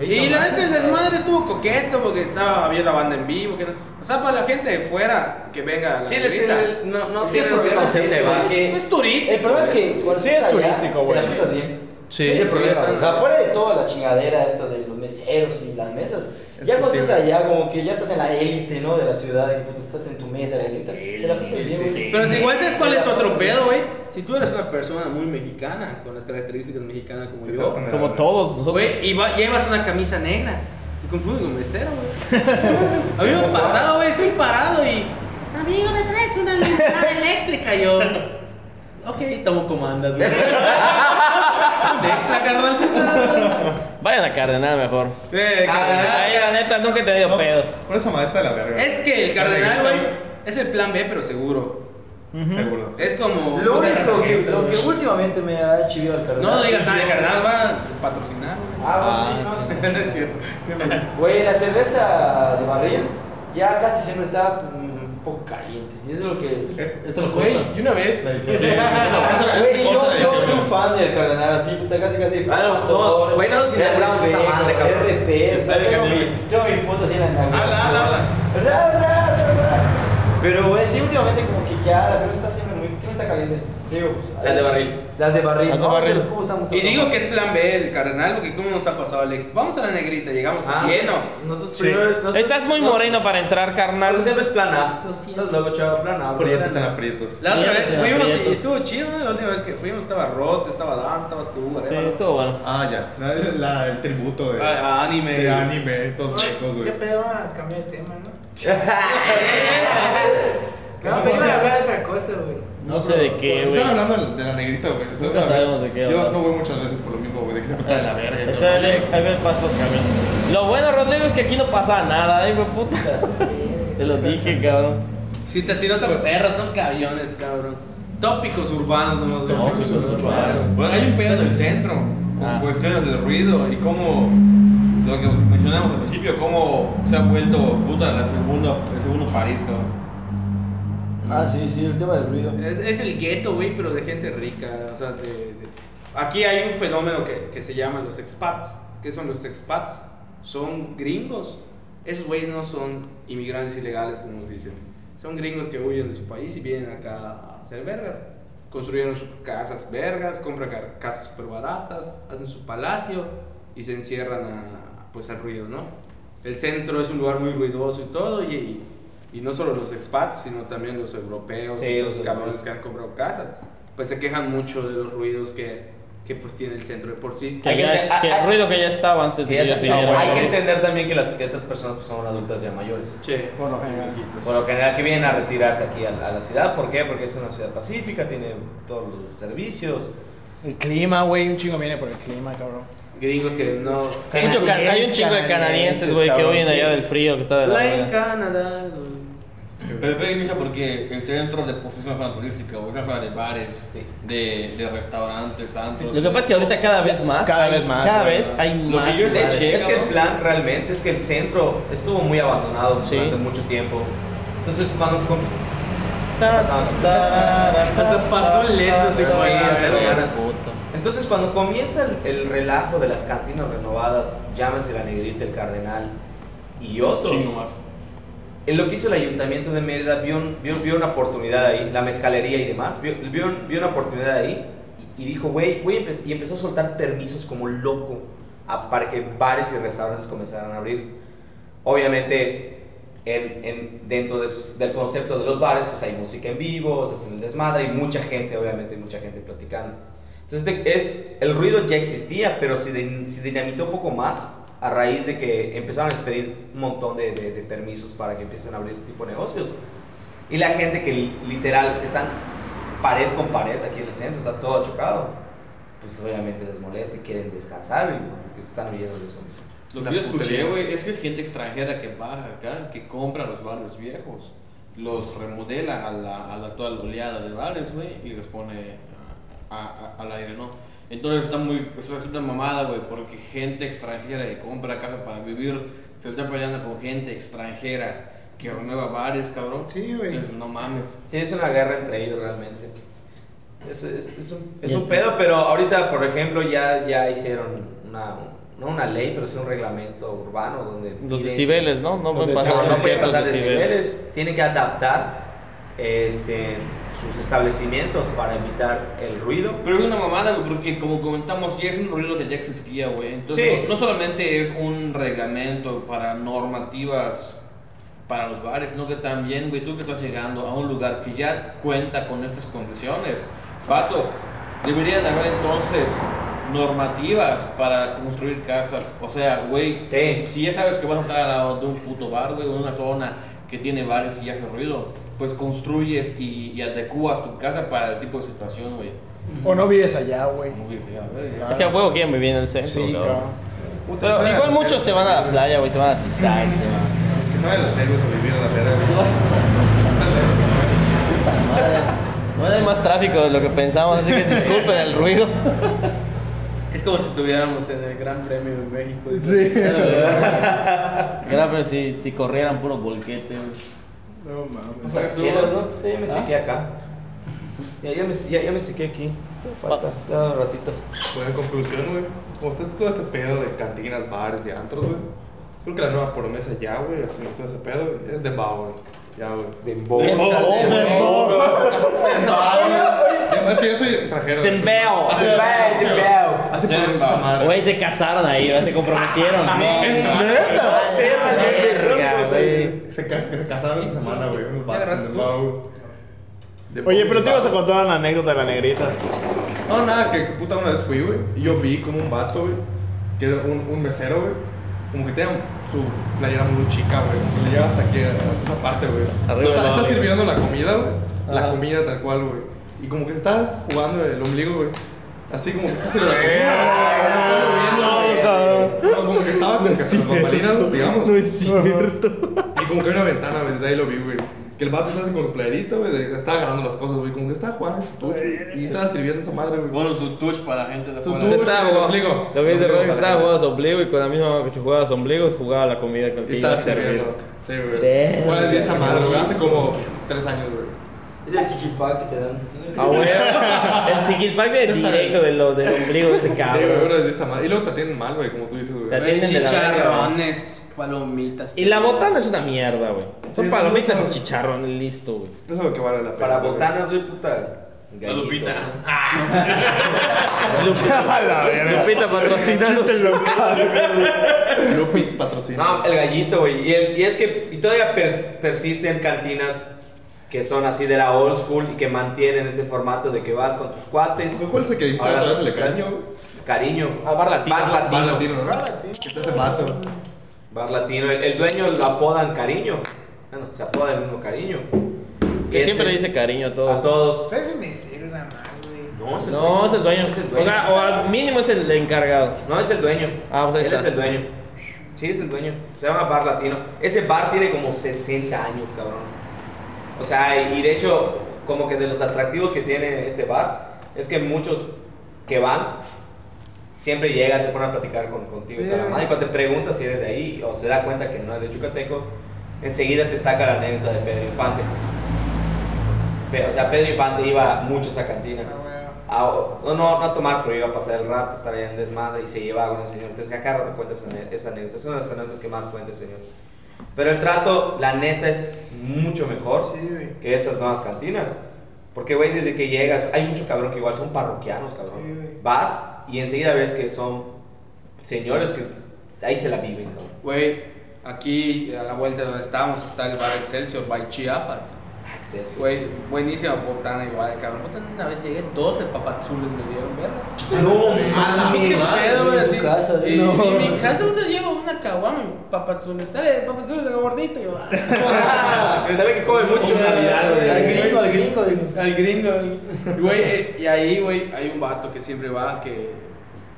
Speaker 6: Y la neta, el desmadre estuvo coqueto porque estaba bien la banda en vivo. que no- O sea, para la gente de fuera que venga. a La
Speaker 3: Sí, les,
Speaker 6: negrita.
Speaker 3: el- no, no
Speaker 5: Es que el
Speaker 3: tienen ese
Speaker 5: problema es
Speaker 3: concepto
Speaker 5: ese,
Speaker 3: de
Speaker 5: güey,
Speaker 3: bar.
Speaker 5: que-
Speaker 6: Es turístico. pues.
Speaker 5: El problema es que cuando
Speaker 4: Sí,
Speaker 5: estás
Speaker 4: es
Speaker 5: allá,
Speaker 4: turístico, güey.
Speaker 5: Te la pasas bien.
Speaker 4: Sí,
Speaker 5: Ese es el
Speaker 4: sí,
Speaker 5: problema.
Speaker 6: está-
Speaker 5: güey. O sea, fuera de toda la chingadera esto de los meseros y las mesas.
Speaker 4: Es
Speaker 5: ya
Speaker 4: que
Speaker 5: cuando
Speaker 4: sí,
Speaker 5: estás
Speaker 4: güey.
Speaker 5: allá, como que ya estás en la élite, ¿no? De la ciudad, y puta, estás en tu mesa, la élite. Te la pasas bien. güey.
Speaker 6: Pero si igual sabes cuál es otro pedo, güey. Si tú eres una persona muy mexicana, con las características mexicanas como
Speaker 9: Te
Speaker 6: yo,
Speaker 9: tratan de-
Speaker 2: Como todos nosotros.
Speaker 6: güey, y va- llevas una camisa negra, te confundes con mesero, güey. A mí me ha pasado, güey, estoy parado y. Amigo, me traes una lumbrera eléctrica, Y yo. Ok, tomo comandas, güey. Extra, carnal, puta.
Speaker 2: Vayan a Cardenal mejor.
Speaker 6: Eh,
Speaker 2: Ay, Ah, la
Speaker 6: carnal,
Speaker 2: neta, nunca he tenido pedos.
Speaker 9: Por esa madre está de la verga.
Speaker 6: Es que el cardenal, güey, es el plan B, pero seguro.
Speaker 9: Seguro.
Speaker 6: Es como.
Speaker 5: Lo único que, lo que últimamente me ha chivido al cardenal.
Speaker 6: No digas nada de carnal, va a patrocinar, güey.
Speaker 5: Ah,
Speaker 2: Ah,
Speaker 5: pues sí, no,
Speaker 6: No es cierto.
Speaker 5: Güey, la cerveza de barril ya casi siempre está mm, un poco caliente. Y eso es lo que. Es, de
Speaker 3: pues,
Speaker 5: los
Speaker 9: Güey,
Speaker 5: juegos.
Speaker 9: y una vez.
Speaker 3: Ah,
Speaker 5: Güey, yo, yo soy un fan del Cardenal, así, puta, casi, casi.
Speaker 3: Ah, no, todo. Güey, no nos inauguramos esa madre, cabrón.
Speaker 5: RP, o sea, tengo mi, tengo mi foto así en la inauguración.
Speaker 6: Habla, habla, habla.
Speaker 5: Habla, habla, habla, habla. Pero, güey, sí, últimamente como que ya la cerveza está siempre muy, siempre está caliente. Digo, pues,
Speaker 3: Las de barril.
Speaker 5: Las de barril.
Speaker 2: Las de
Speaker 5: no,
Speaker 2: barril.
Speaker 5: Los cubos están mucho
Speaker 6: Y digo
Speaker 5: más-
Speaker 6: que es plan B el cardenal, porque ¿cómo nos ha pasado Alex? Vamos a la negrita, llegamos
Speaker 2: Ah,
Speaker 6: lleno.
Speaker 3: Ah, Nosotros
Speaker 4: Sí.
Speaker 3: primero. nosotros-
Speaker 2: Estás muy
Speaker 3: no,
Speaker 2: moreno para entrar,
Speaker 3: Nosotros
Speaker 2: carnal.
Speaker 3: siempre es plan A. Nosotros luego chava plan A.
Speaker 9: Aprietos en aprietos.
Speaker 6: La otra
Speaker 2: Sí,
Speaker 6: vez
Speaker 2: sí,
Speaker 6: fuimos y
Speaker 2: aprietos.
Speaker 6: estuvo chido, ¿no? La última vez que fuimos estaba Rot, estaba Dan, estabas tú,
Speaker 2: Sí,
Speaker 6: Arevalo.
Speaker 2: estuvo bueno.
Speaker 9: Ah, ya. La, la- el tributo de,
Speaker 6: Ah, ah, anime.
Speaker 9: de anime, todos chicos,
Speaker 8: Qué
Speaker 9: güey.
Speaker 8: pedo, a cambiar de tema, ¿no?
Speaker 9: ¿Qué
Speaker 8: No,
Speaker 9: vamos a
Speaker 8: pero iba a
Speaker 9: hacer?
Speaker 8: hablar de otra cosa, güey.
Speaker 2: No sé de qué, güey.
Speaker 9: Están hablando de la negrita, güey. Eso
Speaker 2: Nunca
Speaker 9: es una vez.
Speaker 2: sabemos de qué
Speaker 9: Yo
Speaker 2: hablar.
Speaker 9: no voy muchas veces por lo mismo, güey. De que siempre está de la verga. y todo.
Speaker 2: Está bien, ahí ven pasos cabrón. Lo bueno, Rodrigo, es que aquí no pasa nada, eh, güey, puta. Te lo dije, cabrón.
Speaker 6: Si te tiras a perros, son camiones, cabrón. Tópicos urbanos, no
Speaker 2: Tópicos urbanos.
Speaker 10: Bueno, hay un pedo en el centro, con
Speaker 2: Ah.
Speaker 10: cuestiones del ruido y cómo, lo que mencionamos al principio, cómo se ha vuelto puta la segunda, el segundo país, cabrón.
Speaker 5: Ah, sí, sí, el tema del ruido.
Speaker 6: Es, es el gueto, güey, pero de gente rica. O sea, de, de- aquí hay un fenómeno que, que se llama los expats. ¿Qué son los expats? Son gringos. Esos güeyes no son inmigrantes ilegales, como nos dicen. Son gringos que huyen de su país y vienen acá a hacer vergas. Construyeron sus casas vergas, compran ca- casas súper baratas, hacen su palacio y se encierran a, pues, al ruido, ¿no? El centro es un lugar muy ruidoso y todo, y, y- y no solo los expats, sino también los europeos,
Speaker 3: Sí,
Speaker 6: y los
Speaker 3: los
Speaker 6: cabrones que han comprado casas, pues se quejan mucho de los ruidos que, que pues tiene el centro de por sí.
Speaker 2: Que,
Speaker 3: Hay
Speaker 2: ya
Speaker 3: que
Speaker 2: es-
Speaker 3: te-
Speaker 2: que
Speaker 3: hay-
Speaker 2: el ruido que ya estaba antes de
Speaker 3: Que
Speaker 2: que
Speaker 3: ya
Speaker 2: yo
Speaker 3: se-
Speaker 2: viniera,
Speaker 3: hay que
Speaker 2: güey.
Speaker 3: entender también que, las, que estas personas pues, son adultas ya mayores.
Speaker 6: Che,
Speaker 7: Por lo general.
Speaker 3: Por lo general que vienen a retirarse aquí a, a la ciudad. ¿Por qué? Porque es una ciudad pacífica, tiene todos los servicios.
Speaker 4: El clima, güey, un chingo viene por el clima, cabrón.
Speaker 6: gringos que no...
Speaker 2: Hay, mucho ca- hay un chingo de canadienses, güey, que
Speaker 4: cabrón,
Speaker 2: huyen
Speaker 4: sí.
Speaker 2: allá del frío, que está de la
Speaker 6: La en
Speaker 2: verga.
Speaker 6: Canadá...
Speaker 10: Pero después inicia porque el centro de pues, es una zona turística, o es una zona de bares,
Speaker 3: Sí.
Speaker 10: de, de restaurantes, santos.
Speaker 2: Lo que pasa es que ahorita cada vez más.
Speaker 4: Cada
Speaker 2: hay-
Speaker 4: vez más,
Speaker 2: Cada
Speaker 4: güey.
Speaker 2: vez hay
Speaker 10: Lo
Speaker 2: más.
Speaker 10: que yo
Speaker 2: güey.
Speaker 3: De hecho,
Speaker 10: Che,
Speaker 3: es que el
Speaker 10: cabrón.
Speaker 3: plan realmente es que el centro estuvo muy abandonado
Speaker 2: Sí.
Speaker 3: durante mucho tiempo.
Speaker 10: Entonces, cuando. cuando-
Speaker 2: Hasta
Speaker 3: pasó lento, sí, como
Speaker 10: Sí,
Speaker 3: la
Speaker 10: hace
Speaker 3: verga.
Speaker 10: ganas.
Speaker 3: Entonces, cuando comienza el, el relajo de las cantinas renovadas, llámese la Negrita, el Cardenal y otros,
Speaker 10: Chingo más.
Speaker 3: en lo que hizo el Ayuntamiento de Mérida, vio, un- vio, vio una oportunidad ahí, la mezcalería y demás, vio, vio un- vio una oportunidad ahí y, y dijo, güey, güey", empe- y empezó a soltar permisos como loco a- para que bares y restaurantes comenzaran a abrir. Obviamente, en- en- dentro de s- del concepto de los bares, pues hay música en vivo, se hacen el desmadre y mucha gente, obviamente, mucha gente platicando. Entonces, de- es, el ruido ya existía, pero se, din- se dinamitó un poco más a raíz de que empezaron a expedir un montón de, de- de permisos para que empiecen a abrir este tipo de negocios. Y la gente que li- literal están pared con pared aquí en el centro, está todo chocado, pues obviamente les molesta y quieren descansar y están huyendo de eso mismo.
Speaker 10: Lo que yo escuché, güey, es que es gente extranjera que baja acá, que compra los bares viejos, los remodela a la, a la actual oleada de bares, güey, y los pone a- a- a- al aire, ¿no? Entonces está muy, pues resulta mamada, güey, porque gente extranjera que compra casa para vivir se está peleando con gente extranjera que renueva bares, cabrón. Sí, güey. Entonces no mames.
Speaker 3: Sí, es una guerra entre ellos realmente. Es, es- es un, es un pedo, pero ahorita, por ejemplo, ya, ya hicieron una, no una ley, pero sí un reglamento urbano donde...
Speaker 2: Los
Speaker 3: piden-
Speaker 2: decibeles, ¿no? No pueden
Speaker 3: Los
Speaker 2: pasar
Speaker 3: decibeles.
Speaker 2: de
Speaker 3: No pueden
Speaker 2: ciertos
Speaker 3: pasar decibeles.
Speaker 2: decibeles.
Speaker 3: Tienen que adaptar este, sus establecimientos para evitar el ruido.
Speaker 10: Pero es una mamada, güey, porque como comentamos, ya es un ruido que ya existía, güey. Entonces,
Speaker 3: Sí.
Speaker 10: no, no solamente es un reglamento para normativas para los bares, sino que también, güey, tú que estás llegando a un lugar que ya cuenta con estas condiciones, vato, deberían haber entonces normativas para construir casas. O sea, güey,
Speaker 3: Sí.
Speaker 10: si ya sabes que vas a estar al lado de un puto bar, güey, o una zona que tiene bares y hace ruido, pues construyes y, y adecuas tu casa para el tipo de situación, güey.
Speaker 7: O no vives allá, güey.
Speaker 10: Como dice, ya, güey, ya.
Speaker 7: Claro.
Speaker 2: Es que a huevo quieren vivir en el centro,
Speaker 7: Sí,
Speaker 2: cabrón.
Speaker 7: cabrón.
Speaker 2: Pero igual muchos se van a la playa, güey, se van a Cisal, se van.
Speaker 9: Que saben los héroes a vivir en la verga.
Speaker 2: Bueno, hay más tráfico de lo que pensamos, así que disculpen el ruido.
Speaker 6: Es como si estuviéramos en el Gran Premio de México.
Speaker 7: Sí.
Speaker 2: Era, pero si, si corrieran puro bolquete, güey.
Speaker 7: No mames.
Speaker 3: Los chelos, ¿no? Sí,
Speaker 2: ¿Ah?
Speaker 3: Yo me sequé acá. Ya, ya me, ya, ya me sequé aquí. Falta, ya un ratito.
Speaker 9: Bueno, en conclusión, güey, como estás con ese pedo de cantinas, bares y antros, güey, creo que la nueva promesa ya, güey, así todo ese pedo, güey, es de Bauer. Ya, güey.
Speaker 3: De bobo.
Speaker 9: Es que yo soy extranjero. güey.
Speaker 2: Tembeo.
Speaker 9: Hace-
Speaker 3: Tembeo, tembeo.
Speaker 9: Hace por esa madre.
Speaker 2: Güey, se casaron ahí, güey, se comprometieron.
Speaker 9: ¿Es
Speaker 3: Ah, sí, realmente,
Speaker 2: Verga,
Speaker 3: no sé cómo se-
Speaker 9: Se, cas- que se casaron esta semana, güey. Unos vatos en el Bau. De
Speaker 7: Oye,
Speaker 9: Bau,
Speaker 7: pero te
Speaker 9: Bau.
Speaker 7: ibas a contar una anécdota de la negrita.
Speaker 9: No, nada, que puta una vez fui, güey. Y yo vi como un vato, güey. Que era un, un mesero, güey. Como que tenía su playera muy chica, güey. como que Le llega hasta aquí, hasta esa parte, güey.
Speaker 2: Arriba
Speaker 9: Está,
Speaker 2: del
Speaker 9: está
Speaker 2: lobby.
Speaker 9: sirviendo la comida, güey. La comida tal cual, güey. Y como que se está jugando el ombligo, güey. Así como que está sirviendo la comida. güey,
Speaker 7: cabrón.
Speaker 9: No, como que estaba como que tras bambalinas, digamos.
Speaker 7: No es cierto.
Speaker 9: Y como que hay una ventana, güey, desde ahí lo vi, güey. Que el vato estaba con su playerita, güey, de- estaba agarrando las cosas, güey. Como que estaba jugando su touch, güey, Y estaba sirviendo esa madre, güey.
Speaker 10: Bueno, su touch para la gente de
Speaker 9: Su
Speaker 10: afuera.
Speaker 9: touch, eh, el ombligo.
Speaker 2: Lo que dice
Speaker 9: El ombligo
Speaker 2: Rock estaba
Speaker 9: para-
Speaker 2: jugando a su ombligo y con la misma mamá que se jugaba a su ombligo, jugaba la comida con la que iba
Speaker 9: Estaba
Speaker 2: a servir.
Speaker 9: sirviendo. Sí, güey.
Speaker 2: Verga.
Speaker 9: ¿Cuál es de esa madre, güey? Hace como tres años, güey.
Speaker 5: Es el chiquipá que te dan.
Speaker 2: Ah, güey. El Sigilpack viene
Speaker 9: Esa-
Speaker 2: directo de lo- del ombligo de ese
Speaker 9: Sí, güey,
Speaker 2: cabrón.
Speaker 9: una de esa madre. Y luego te atienden mal, güey, como tú dices, güey.
Speaker 2: Te atienden de la verga, güey.
Speaker 6: Chicharrones, palomitas.
Speaker 2: Y la botana es una mierda, güey. Son
Speaker 9: Sí,
Speaker 2: palomitas
Speaker 9: no,
Speaker 2: y
Speaker 9: no.
Speaker 2: chicharrón, listo, güey.
Speaker 9: Eso es lo que vale la pena.
Speaker 3: Para
Speaker 9: güey.
Speaker 3: botanas, soy puta.
Speaker 10: La
Speaker 3: gallito.
Speaker 10: Lupita.
Speaker 7: A la verga.
Speaker 2: Lupita patrocinando.
Speaker 7: Chiste local.
Speaker 9: Lupis patrocina.
Speaker 3: No, el gallito, güey. Y, el- y es que y todavía pers- persisten cantinas que son así de la old school y que mantienen ese formato de que vas con tus cuates.
Speaker 9: ¿Cuál es el que dijiste
Speaker 3: Ahora,
Speaker 9: otra vez? El de cariño, güey.
Speaker 3: Cariño.
Speaker 2: Ah, bar latino.
Speaker 3: Bar latino.
Speaker 9: Bar latino, ¿no? ¿Qué te hace vato?
Speaker 3: Bar latino. El, el dueño lo apodan cariño. Bueno, se apoda el mismo cariño.
Speaker 2: Que
Speaker 3: Ese-
Speaker 2: siempre dice cariño a
Speaker 3: a
Speaker 2: todo.
Speaker 3: todos.
Speaker 8: Pero ese mesero nada más, güey.
Speaker 3: No, es el
Speaker 2: No, es el dueño.
Speaker 3: Es el dueño.
Speaker 2: O sea, o al mínimo es el encargado.
Speaker 3: No, es el dueño.
Speaker 2: Ah, pues ahí
Speaker 3: Él
Speaker 2: está.
Speaker 3: es el dueño. Sí, es el dueño. Se llama Bar Latino. Ese bar tiene como 60 años, cabrón. O sea, y, y de hecho, como que de los atractivos que tiene este bar, es que muchos que van siempre llegan, te ponen a platicar con, contigo y toda la madre. Y cuando te preguntas si eres de ahí o se da cuenta que no es de Yucateco, enseguida te saca la anécdota de Pedro Infante. Pe- o sea, Pedro Infante iba mucho a esa cantina.
Speaker 8: Ah,
Speaker 3: A- Ah, no, no, no a tomar, pero iba a pasar el rato, estar ahí en el desmadre y se llevaba con el señor. Entonces, acá cada rato cuenta esa ane- esa anécdota. Es una de las anécdotas que más cuenta el señor. Pero el trato, la neta, es mucho mejor que estas nuevas cantinas. Porque, güey, desde que llegas, hay mucho cabrón que igual son parroquianos, cabrón. Vas y enseguida ves que son señores que ahí se la viven, cabrón.
Speaker 6: Güey, aquí a la vuelta donde estábamos está el bar Excelsior by Chiapas.
Speaker 3: Excelsior.
Speaker 6: Güey, buenísima botana igual, cabrón. Botana una vez llegué, 12 papazules me dieron, ¿verdad?
Speaker 3: No
Speaker 6: mames, qué pedo, güey, así.
Speaker 5: casa,
Speaker 6: Y,
Speaker 5: no.
Speaker 6: y mi casa te llevo una caguama, y papazules. Dale, papazules de lo gordito. y Yo, ah.
Speaker 3: Sabe que come mucho.
Speaker 5: Al gringo, al gringo, digo.
Speaker 6: Al gringo. al- Güey, eh, y ahí, güey, hay un vato que siempre va, que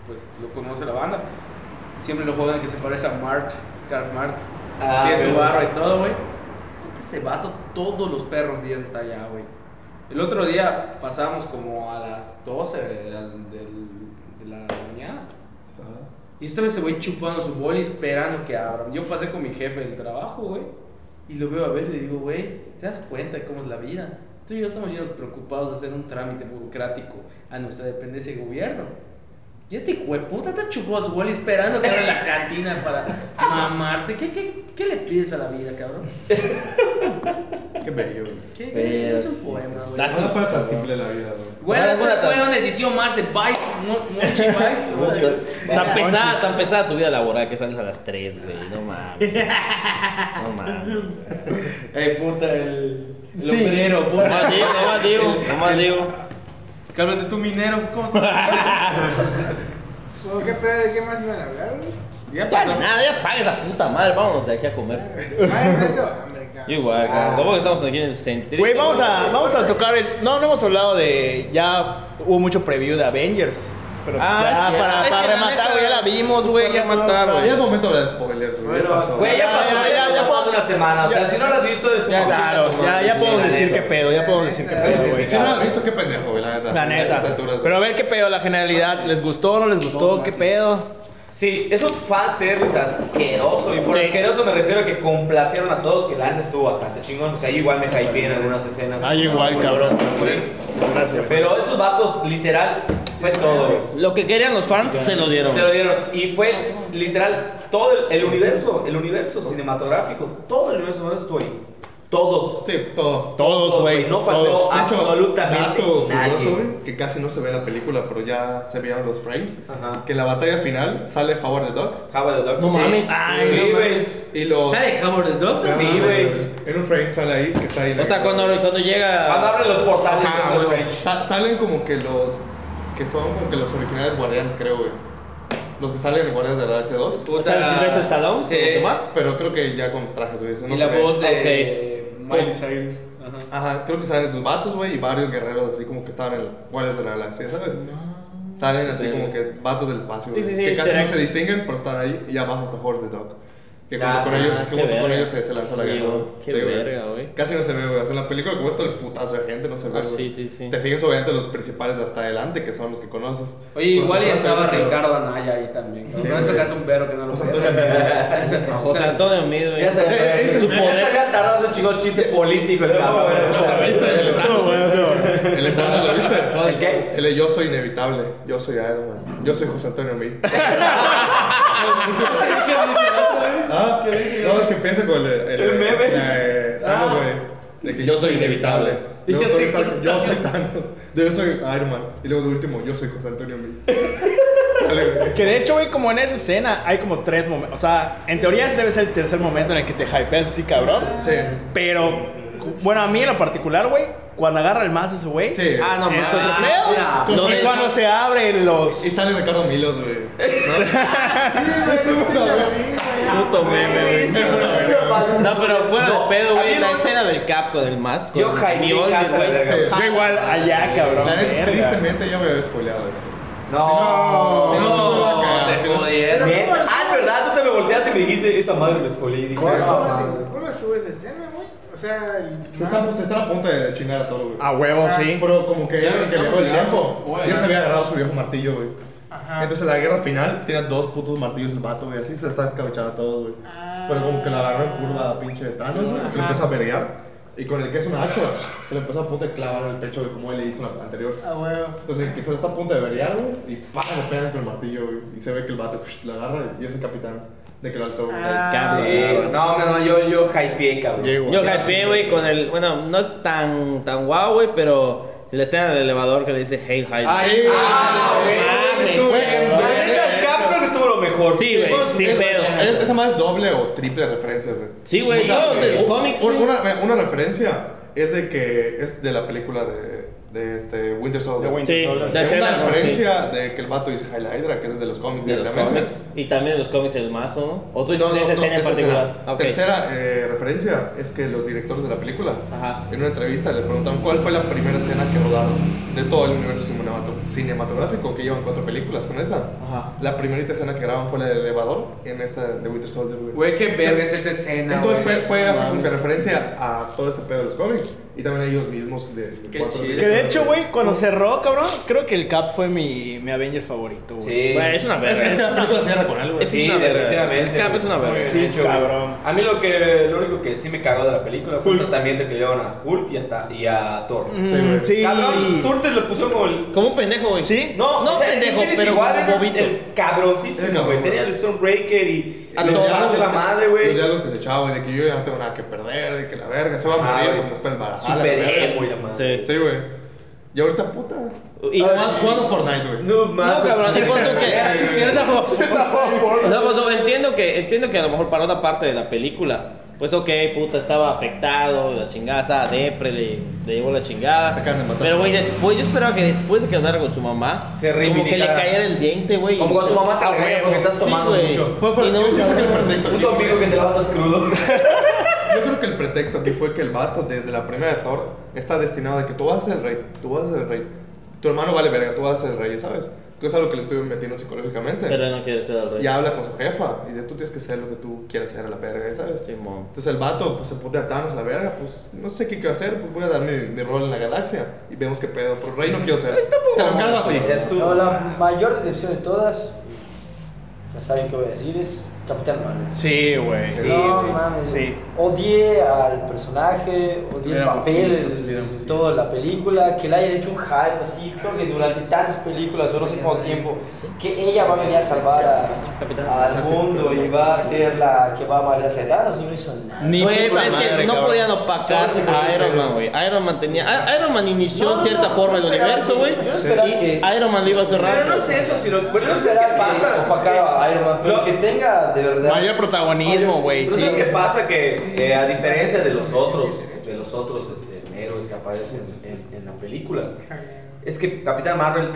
Speaker 6: pues lo conoce la banda. Siempre lo jodan que se parece a Marx, Karl Marx.
Speaker 3: Ah,
Speaker 6: Tiene su
Speaker 3: güey.
Speaker 6: barba y todo, güey. Puta, ese vato todos los perros días está allá, güey. El otro día pasamos como a las 12 de la, del- de la mañana. Y estaba ese güey chupando su boli esperando que abran. Yo pasé con mi jefe del trabajo, güey. Y lo veo a ver y le digo, güey, ¿te das cuenta de cómo es la vida? Tú y yo estamos llenos preocupados de hacer un trámite burocrático a nuestra dependencia de gobierno. Y este hueputa te chupó a su boli esperando que abra la cantina para mamarse. ¿Qué, qué, qué le pides a la vida, cabrón?
Speaker 9: Qué bello, güey.
Speaker 6: ¿Qué, qué- es un poema, güey.
Speaker 9: Ojalá fuera tan simple la vida, güey.
Speaker 6: Güey,
Speaker 2: Bueno,
Speaker 6: esta
Speaker 2: bueno,
Speaker 6: fue una edición más de Vice, Mo- Monchi Vice. güey.
Speaker 2: Tan pesada, tan pesada tu vida laboral que sales a las 3, güey. No mames. No mames.
Speaker 3: Ey, puta, el. el
Speaker 6: Sí.
Speaker 3: obrero,
Speaker 2: No
Speaker 3: puta.
Speaker 2: más digo, no más digo, no más digo.
Speaker 6: Cálmate tú, minero. ¿Cómo estás?
Speaker 8: Bueno, ¿Qué pedo? ¿De qué más iban a hablar, güey?
Speaker 6: Ya
Speaker 2: Ya
Speaker 6: pasó.
Speaker 2: ni nada, ya paga esa puta madre. Vámonos de aquí a comer.
Speaker 8: Madre, me dio hambre,
Speaker 2: Yo
Speaker 8: cabrón.
Speaker 2: igual,
Speaker 3: Ah.
Speaker 2: cabrón. ¿Cómo que estamos aquí en el centro?
Speaker 4: Güey, vamos a, vamos a tocar el. No, no hemos hablado de. Ya hubo mucho preview de Avengers. Pero
Speaker 2: Ah,
Speaker 4: ya,
Speaker 2: sí,
Speaker 4: para,
Speaker 2: es
Speaker 4: para
Speaker 2: que la
Speaker 4: rematar,
Speaker 2: neta-
Speaker 4: güey, ya la vimos, güey. Ya matar,
Speaker 9: Ya es
Speaker 4: güey.
Speaker 9: momento de hablar de spoilers, güey.
Speaker 3: Bueno,
Speaker 9: Ya pasó.
Speaker 3: güey, ya pasó,
Speaker 4: Ah, Ya, ya,
Speaker 3: ya,
Speaker 4: ya, ya
Speaker 3: pasó
Speaker 4: puedo-
Speaker 3: una semana. O sea,
Speaker 4: ya,
Speaker 3: si no lo has visto, es
Speaker 4: Ya,
Speaker 3: un
Speaker 4: claro, ya, ya podemos decir qué
Speaker 3: que
Speaker 4: pedo, ya podemos decir qué
Speaker 8: La
Speaker 4: pedo, güey.
Speaker 9: Si no lo has visto, qué pendejo, güey, la neta.
Speaker 4: La
Speaker 9: A
Speaker 4: neta.
Speaker 9: estas alturas, güey.
Speaker 4: Pero a ver qué pedo, la generalidad. ¿Les gustó no les gustó? ¿Qué pedo?
Speaker 3: Sí, es un fanservice asqueroso. Y por asqueroso me refiero a que complacieron a todos, que la antes estuvo bastante chingón. O sea, ahí igual me hypeé en algunas escenas.
Speaker 4: Ah, igual, cabrón. Gracias.
Speaker 3: Pero esos vatos, literal, fue todo, güey.
Speaker 2: Lo que querían los fans se lo dieron.
Speaker 3: Se lo dieron. Y fue literal todo el, el universo, el universo cinematográfico, todo el universo cinematográfico estuvo ahí. Todos.
Speaker 9: Sí, todo.
Speaker 4: Todos, güey.
Speaker 3: No faltó
Speaker 4: todos.
Speaker 9: De hecho,
Speaker 3: absolutamente
Speaker 9: dato
Speaker 3: nadie.
Speaker 9: curioso, güey, que casi no se ve en la película, pero ya se vieron los frames.
Speaker 3: Ajá.
Speaker 9: Que en la batalla final sale Howard the Dog.
Speaker 3: Java de Dog.
Speaker 2: No mames.
Speaker 9: Ay,
Speaker 3: sí,
Speaker 9: no
Speaker 3: güey.
Speaker 9: mames. Y los.
Speaker 6: ¿Sabe Howard the Dog?
Speaker 3: Sí, güey.
Speaker 9: En un frame sale ahí, que está ahí.
Speaker 2: O sea, cuando, cuando
Speaker 3: Cuando
Speaker 2: llega.
Speaker 3: abren los portales,
Speaker 9: Ah,
Speaker 3: Doctor
Speaker 9: güey.
Speaker 3: Strange.
Speaker 9: Sa- salen como que los. Que son como que los originales guardianes, creo, güey. Los que salen en Guardianes de la Galaxia 2.
Speaker 6: Puta.
Speaker 2: Silvestre Stallone?
Speaker 6: Sí.
Speaker 2: ¿Lo demás?
Speaker 9: Pero creo que ya con trajes, güey. eso no
Speaker 6: y
Speaker 9: se
Speaker 6: la
Speaker 9: ve.
Speaker 6: voz de Miley
Speaker 9: Ok.
Speaker 6: Cyrus.
Speaker 9: Ajá, creo que salen esos vatos, güey, y varios guerreros así como que estaban en Guardianes de la Galaxia, ¿sabes? Salen así como que vatos del espacio,
Speaker 2: Sí,
Speaker 9: güey,
Speaker 2: sí, sí,
Speaker 9: que casi
Speaker 2: easter
Speaker 9: no se
Speaker 2: eggs.
Speaker 9: distinguen, pero están ahí y abajo está Horde the Dog. Que junto
Speaker 3: Ah,
Speaker 9: con
Speaker 3: sí,
Speaker 9: ellos,
Speaker 2: ah,
Speaker 9: que
Speaker 2: qué
Speaker 9: junto con
Speaker 2: verga.
Speaker 9: ellos se, se lanzó la guerra.
Speaker 2: Digo,
Speaker 9: güey.
Speaker 2: qué
Speaker 9: güey.
Speaker 2: verga, güey.
Speaker 9: Casi no se ve, güey. O sea, en la película como esto el putazo de gente no se ve,
Speaker 2: Ah,
Speaker 9: güey.
Speaker 2: sí, sí, sí.
Speaker 9: Te fijas obviamente los principales de hasta adelante, que son los que conoces.
Speaker 6: Oye, igual
Speaker 9: Pero
Speaker 6: ya
Speaker 9: se
Speaker 6: estaba
Speaker 9: parece, pero-
Speaker 6: Ricardo Anaya ahí también. cabrón.
Speaker 9: Sí,
Speaker 6: No en ese
Speaker 9: güey.
Speaker 6: caso un vero que no lo
Speaker 9: José
Speaker 6: sé.
Speaker 9: Antonio Miguel.
Speaker 2: José Antonio Mido,
Speaker 3: Ya se
Speaker 9: Eh, eh,
Speaker 2: Su
Speaker 3: Ya se
Speaker 2: poder.
Speaker 3: había tardado un chingo chiste político el cabrón.
Speaker 9: ¿Viste? El Eterno. El Eterno, ¿lo viste?
Speaker 3: ¿El qué?
Speaker 9: El de yo soy inevitable, yo soy Iron Man, yo soy José Antonio Meade. ¿Ah? ¿Qué dice? No, es que pienso con el, el,
Speaker 3: El meme.
Speaker 9: eh, Thanos, güey. De que yo soy inevitable.
Speaker 3: Y
Speaker 9: Yo,
Speaker 3: yo
Speaker 9: soy,
Speaker 3: soy
Speaker 9: Thanos-
Speaker 3: José
Speaker 9: yo soy Thanos. Yo soy Iron Man. Y luego de último, yo soy José Antonio Meade. Sale, güey.
Speaker 4: Que de hecho, güey, como en esa escena hay como tres momentos. O sea, en teoría ese debe ser el tercer momento en el que te hypeas así, cabrón.
Speaker 9: Sí.
Speaker 4: Pero, cu- bueno, a mí en lo particular, güey, cuando agarra el mazo ese güey,
Speaker 9: Sí.
Speaker 2: Ah, no
Speaker 4: es otro
Speaker 2: mames.
Speaker 4: pedo.
Speaker 6: ya,
Speaker 4: Pues,
Speaker 2: no,
Speaker 4: y
Speaker 2: no.
Speaker 4: cuando se abren los.
Speaker 9: Y sale Ricardo Milos, güey.
Speaker 8: Sí, güey, sí, la vi, güey.
Speaker 2: Puto meme, güey. No, pero fuera
Speaker 3: No,
Speaker 2: de pedo,
Speaker 3: a mí
Speaker 2: güey. La
Speaker 3: no-
Speaker 2: escena del Cap con el más.
Speaker 3: Yo hypeé casa, la verga.
Speaker 9: Sí.
Speaker 4: Yo igual allá, cabrón.
Speaker 9: La neta,
Speaker 4: verga.
Speaker 9: tristemente ya me había spoileado eso.
Speaker 3: No,
Speaker 9: Si no, si no, no, la cagada,
Speaker 6: te
Speaker 9: si no-
Speaker 6: jodieron.
Speaker 3: Neta, Ah, es verdad, tú te me volteas y me dijiste, esa madre me spoilé. Y dije,
Speaker 8: ¿Cómo
Speaker 3: "Ah,
Speaker 8: estuvo
Speaker 3: madre".
Speaker 8: ese- ¿Cómo estuvo esa escena, güey? O sea, el.
Speaker 9: Se está, se está a punto de chingar a todo, güey.
Speaker 4: A huevo, sí.
Speaker 9: Pero como que ya que viajó el tiempo,
Speaker 10: Güey.
Speaker 9: ya se había agarrado su viejo martillo, güey.
Speaker 8: Ah.
Speaker 9: Entonces en la guerra final tenía dos putos martillos el vato, güey. Así se está escabechando a todos, güey.
Speaker 8: Ah,
Speaker 9: Pero como que la agarró en curva a pinche Thanos, güey. Se lo
Speaker 8: Ajá.
Speaker 9: empezó a verguear. Y con el que es una hacha, se le empezó a punto de clavar en el pecho, güey, como él le hizo en la anterior.
Speaker 8: A huevo.
Speaker 9: Entonces el que se lo está a punto de verguear, güey. Y pa, le pegan con el martillo, güey. Y se ve que el vato psh, la agarra y es el capitán de que lo alzó, güey.
Speaker 8: Ah,
Speaker 3: Sí, no, no, no, yo, yo hypeé, cabrón.
Speaker 2: Yo hypeé, güey, con el. Bueno, no es tan, tan guau, güey, pero la escena del elevador que le dice Hey, hi.
Speaker 9: Ahí,
Speaker 3: Ah, güey.
Speaker 2: mames,
Speaker 3: estuvo-
Speaker 2: cabrón.
Speaker 3: La neta, Cap creo que tuvo lo mejor.
Speaker 2: Sí, güey, sin pedo.
Speaker 9: Es- esa más es doble o triple referencia, güey.
Speaker 2: Sí, güey,
Speaker 9: O sea,
Speaker 2: no, de los
Speaker 9: un-
Speaker 2: cómics,
Speaker 9: un-
Speaker 2: sí.
Speaker 9: una, una referencia es de que es de la película de, de este Winter Soldier.
Speaker 7: De Winter
Speaker 2: Sí,
Speaker 7: Soldier.
Speaker 2: la
Speaker 9: Segunda
Speaker 2: escena, ¿no?
Speaker 9: referencia de que el vato dice Hail Hydra, que es de los cómics
Speaker 2: De los
Speaker 9: directamente.
Speaker 2: cómics. Y también los cómics el mazo, ¿no? O tú dices
Speaker 9: No, no,
Speaker 2: Pues esa
Speaker 9: no,
Speaker 2: escena en
Speaker 9: esa
Speaker 2: particular.
Speaker 9: escena.
Speaker 2: Ah, ok.
Speaker 9: Tercera eh, referencia es que los directores de la película,
Speaker 2: Ajá.
Speaker 9: en una entrevista, le preguntaron cuál fue la primera escena que rodaron de todo el universo cinemato- cinematográfico, que llevan cuatro películas con esta.
Speaker 2: Ajá.
Speaker 9: La primera escena que grabaron fue el elevador en esta de Winter Soldier, güey.
Speaker 3: Güey, qué verga es esa escena.
Speaker 9: Entonces
Speaker 3: güey.
Speaker 9: fue, fue así como que
Speaker 3: Mames.
Speaker 9: referencia a todo este pedo de los cómics y también a ellos mismos de, de
Speaker 3: Qué
Speaker 9: cuatro
Speaker 3: chido.
Speaker 9: días.
Speaker 4: Que de hecho, güey, cuando cerró, cabrón, creo que el Cap fue mi, mi Avenger favorito, güey.
Speaker 3: Sí.
Speaker 2: Güey, es una verga.
Speaker 9: Es que la película cierra con algo.
Speaker 2: Es
Speaker 3: Sí,
Speaker 2: una verga.
Speaker 3: definitivamente.
Speaker 2: El Cap es una verga.
Speaker 4: Sí,
Speaker 3: de hecho,
Speaker 4: cabrón.
Speaker 3: A mí lo que lo único que sí me cagó de la película fue el tratamiento que le dieron a Hulk y a, Ta- y a Thor.
Speaker 9: güey.
Speaker 4: Sí,
Speaker 3: Cabrón, Turtes lo pusieron como el
Speaker 2: Como un pendejo, güey.
Speaker 4: Sí.
Speaker 3: No,
Speaker 2: No
Speaker 3: o sea,
Speaker 2: pendejo,
Speaker 3: Infinity
Speaker 2: pero
Speaker 3: War
Speaker 2: como
Speaker 3: era
Speaker 2: bobito.
Speaker 3: El cabroncísimo,
Speaker 9: Era
Speaker 3: güey.
Speaker 9: cabrón,
Speaker 3: Tenía
Speaker 9: güey.
Speaker 3: el Stormbreaker y.
Speaker 2: A
Speaker 3: y le
Speaker 2: toda
Speaker 3: daba la
Speaker 9: que-
Speaker 3: madre,
Speaker 9: Los
Speaker 3: güey.
Speaker 9: diálogos que se echaba, güey, de que yo ya no tengo nada que perder, de que la verga, se va a
Speaker 3: Ah,
Speaker 9: morir,
Speaker 3: güey.
Speaker 9: pues me espera embarazada. la verga.
Speaker 3: Super emo y la madre.
Speaker 2: Sí.
Speaker 9: Sí, güey. Y ahorita puta.
Speaker 2: Y-
Speaker 9: Jugando jugando Fortnite, güey.
Speaker 3: No,
Speaker 2: Ah, No,
Speaker 3: más.
Speaker 2: cabrón, ¿y cuánto que-
Speaker 3: Sí, es cierto,
Speaker 2: O sea, pues, no, entiendo que, entiendo que a lo mejor para una parte de la película, pues ok, puta, estaba afectado, la chingada, estaba depre, le, le llevó la chingada.
Speaker 9: Se acaban de matar.
Speaker 2: Pero, güey, después, yo esperaba que después de que andara con su mamá,
Speaker 3: Se
Speaker 2: como que le
Speaker 3: reivindicara.
Speaker 2: cayera el diente, güey.
Speaker 3: Como cuando tu mamá te
Speaker 2: Ah,
Speaker 3: regaña
Speaker 2: güey,
Speaker 3: porque estás
Speaker 2: sí,
Speaker 3: tomando
Speaker 2: güey.
Speaker 3: mucho.
Speaker 9: Bueno, pero
Speaker 2: Y no-
Speaker 9: yo, yo creo que el pretexto
Speaker 3: Un
Speaker 9: aquí,
Speaker 3: tu amigo que te levantas crudo.
Speaker 9: yo creo que el pretexto aquí fue que el vato, desde la primera de Thor, está destinado a que tú vas a ser el rey, tú vas a ser el rey. Tu hermano vale verga, tú vas a ser el rey, ¿sabes? Que es algo que le estoy metiendo psicológicamente.
Speaker 2: Pero él no quiere ser el rey.
Speaker 9: Y habla con su jefa. Y dice, tú tienes que ser lo que tú quieras ser a la verga, ¿sabes?
Speaker 2: Simón.
Speaker 9: Entonces el vato pues, se pone a Thanos a la verga. Pues no sé qué quiero hacer. Pues voy a dar mi, mi rol en la galaxia. Y vemos qué pedo. Pero rey no quiero ser. Te lo encargo a ti.
Speaker 3: Ya estuvo.
Speaker 5: No, la mayor decepción de todas, ya saben qué voy a decir, es Capitán Marvel.
Speaker 4: Sí, güey.
Speaker 3: Sí,
Speaker 5: no
Speaker 3: güey.
Speaker 5: mames.
Speaker 4: Sí.
Speaker 5: Odié al personaje, odié el
Speaker 10: Hubiéramos
Speaker 5: papel,
Speaker 10: visto,
Speaker 5: de-
Speaker 10: si hubiéramos
Speaker 5: de
Speaker 10: ido.
Speaker 5: toda la película, que le hayan hecho un hype así, creo que durante tantas películas o no sé cuánto tiempo, que ella va a venir a salvar
Speaker 2: Capitán.
Speaker 5: a- al mundo y va a ser la que va a madrear a Thanos y no hizo nada.
Speaker 4: Ni puta
Speaker 2: Güey, pero es que
Speaker 4: madre,
Speaker 2: no
Speaker 4: cabrón.
Speaker 2: podían opacar
Speaker 5: Solo se
Speaker 2: a
Speaker 5: fue
Speaker 2: Iron Man, güey. Iron Man tenía. I- Iron Man inició
Speaker 5: No,
Speaker 2: en
Speaker 5: no,
Speaker 2: cierta
Speaker 5: no,
Speaker 2: forma
Speaker 5: yo
Speaker 2: el
Speaker 5: esperaba
Speaker 2: universo,
Speaker 5: que-
Speaker 2: güey.
Speaker 5: yo esperaba
Speaker 2: y
Speaker 5: que-
Speaker 2: Iron Man le iba a cerrar.
Speaker 3: Pero no
Speaker 2: güey.
Speaker 3: es eso, sino. Bueno,
Speaker 5: Yo
Speaker 3: no sé
Speaker 5: esperaba
Speaker 3: qué
Speaker 5: que
Speaker 3: pasa.
Speaker 5: opacara a Iron Man, pero
Speaker 3: Lo-
Speaker 5: que tenga de verdad.
Speaker 4: Mayor protagonismo, güey.
Speaker 3: Entonces,
Speaker 4: Sí.
Speaker 3: ¿qué pasa? Que eh, a diferencia de los otros, de los otros este, héroes que aparecen en, en la película, es que Capitán Marvel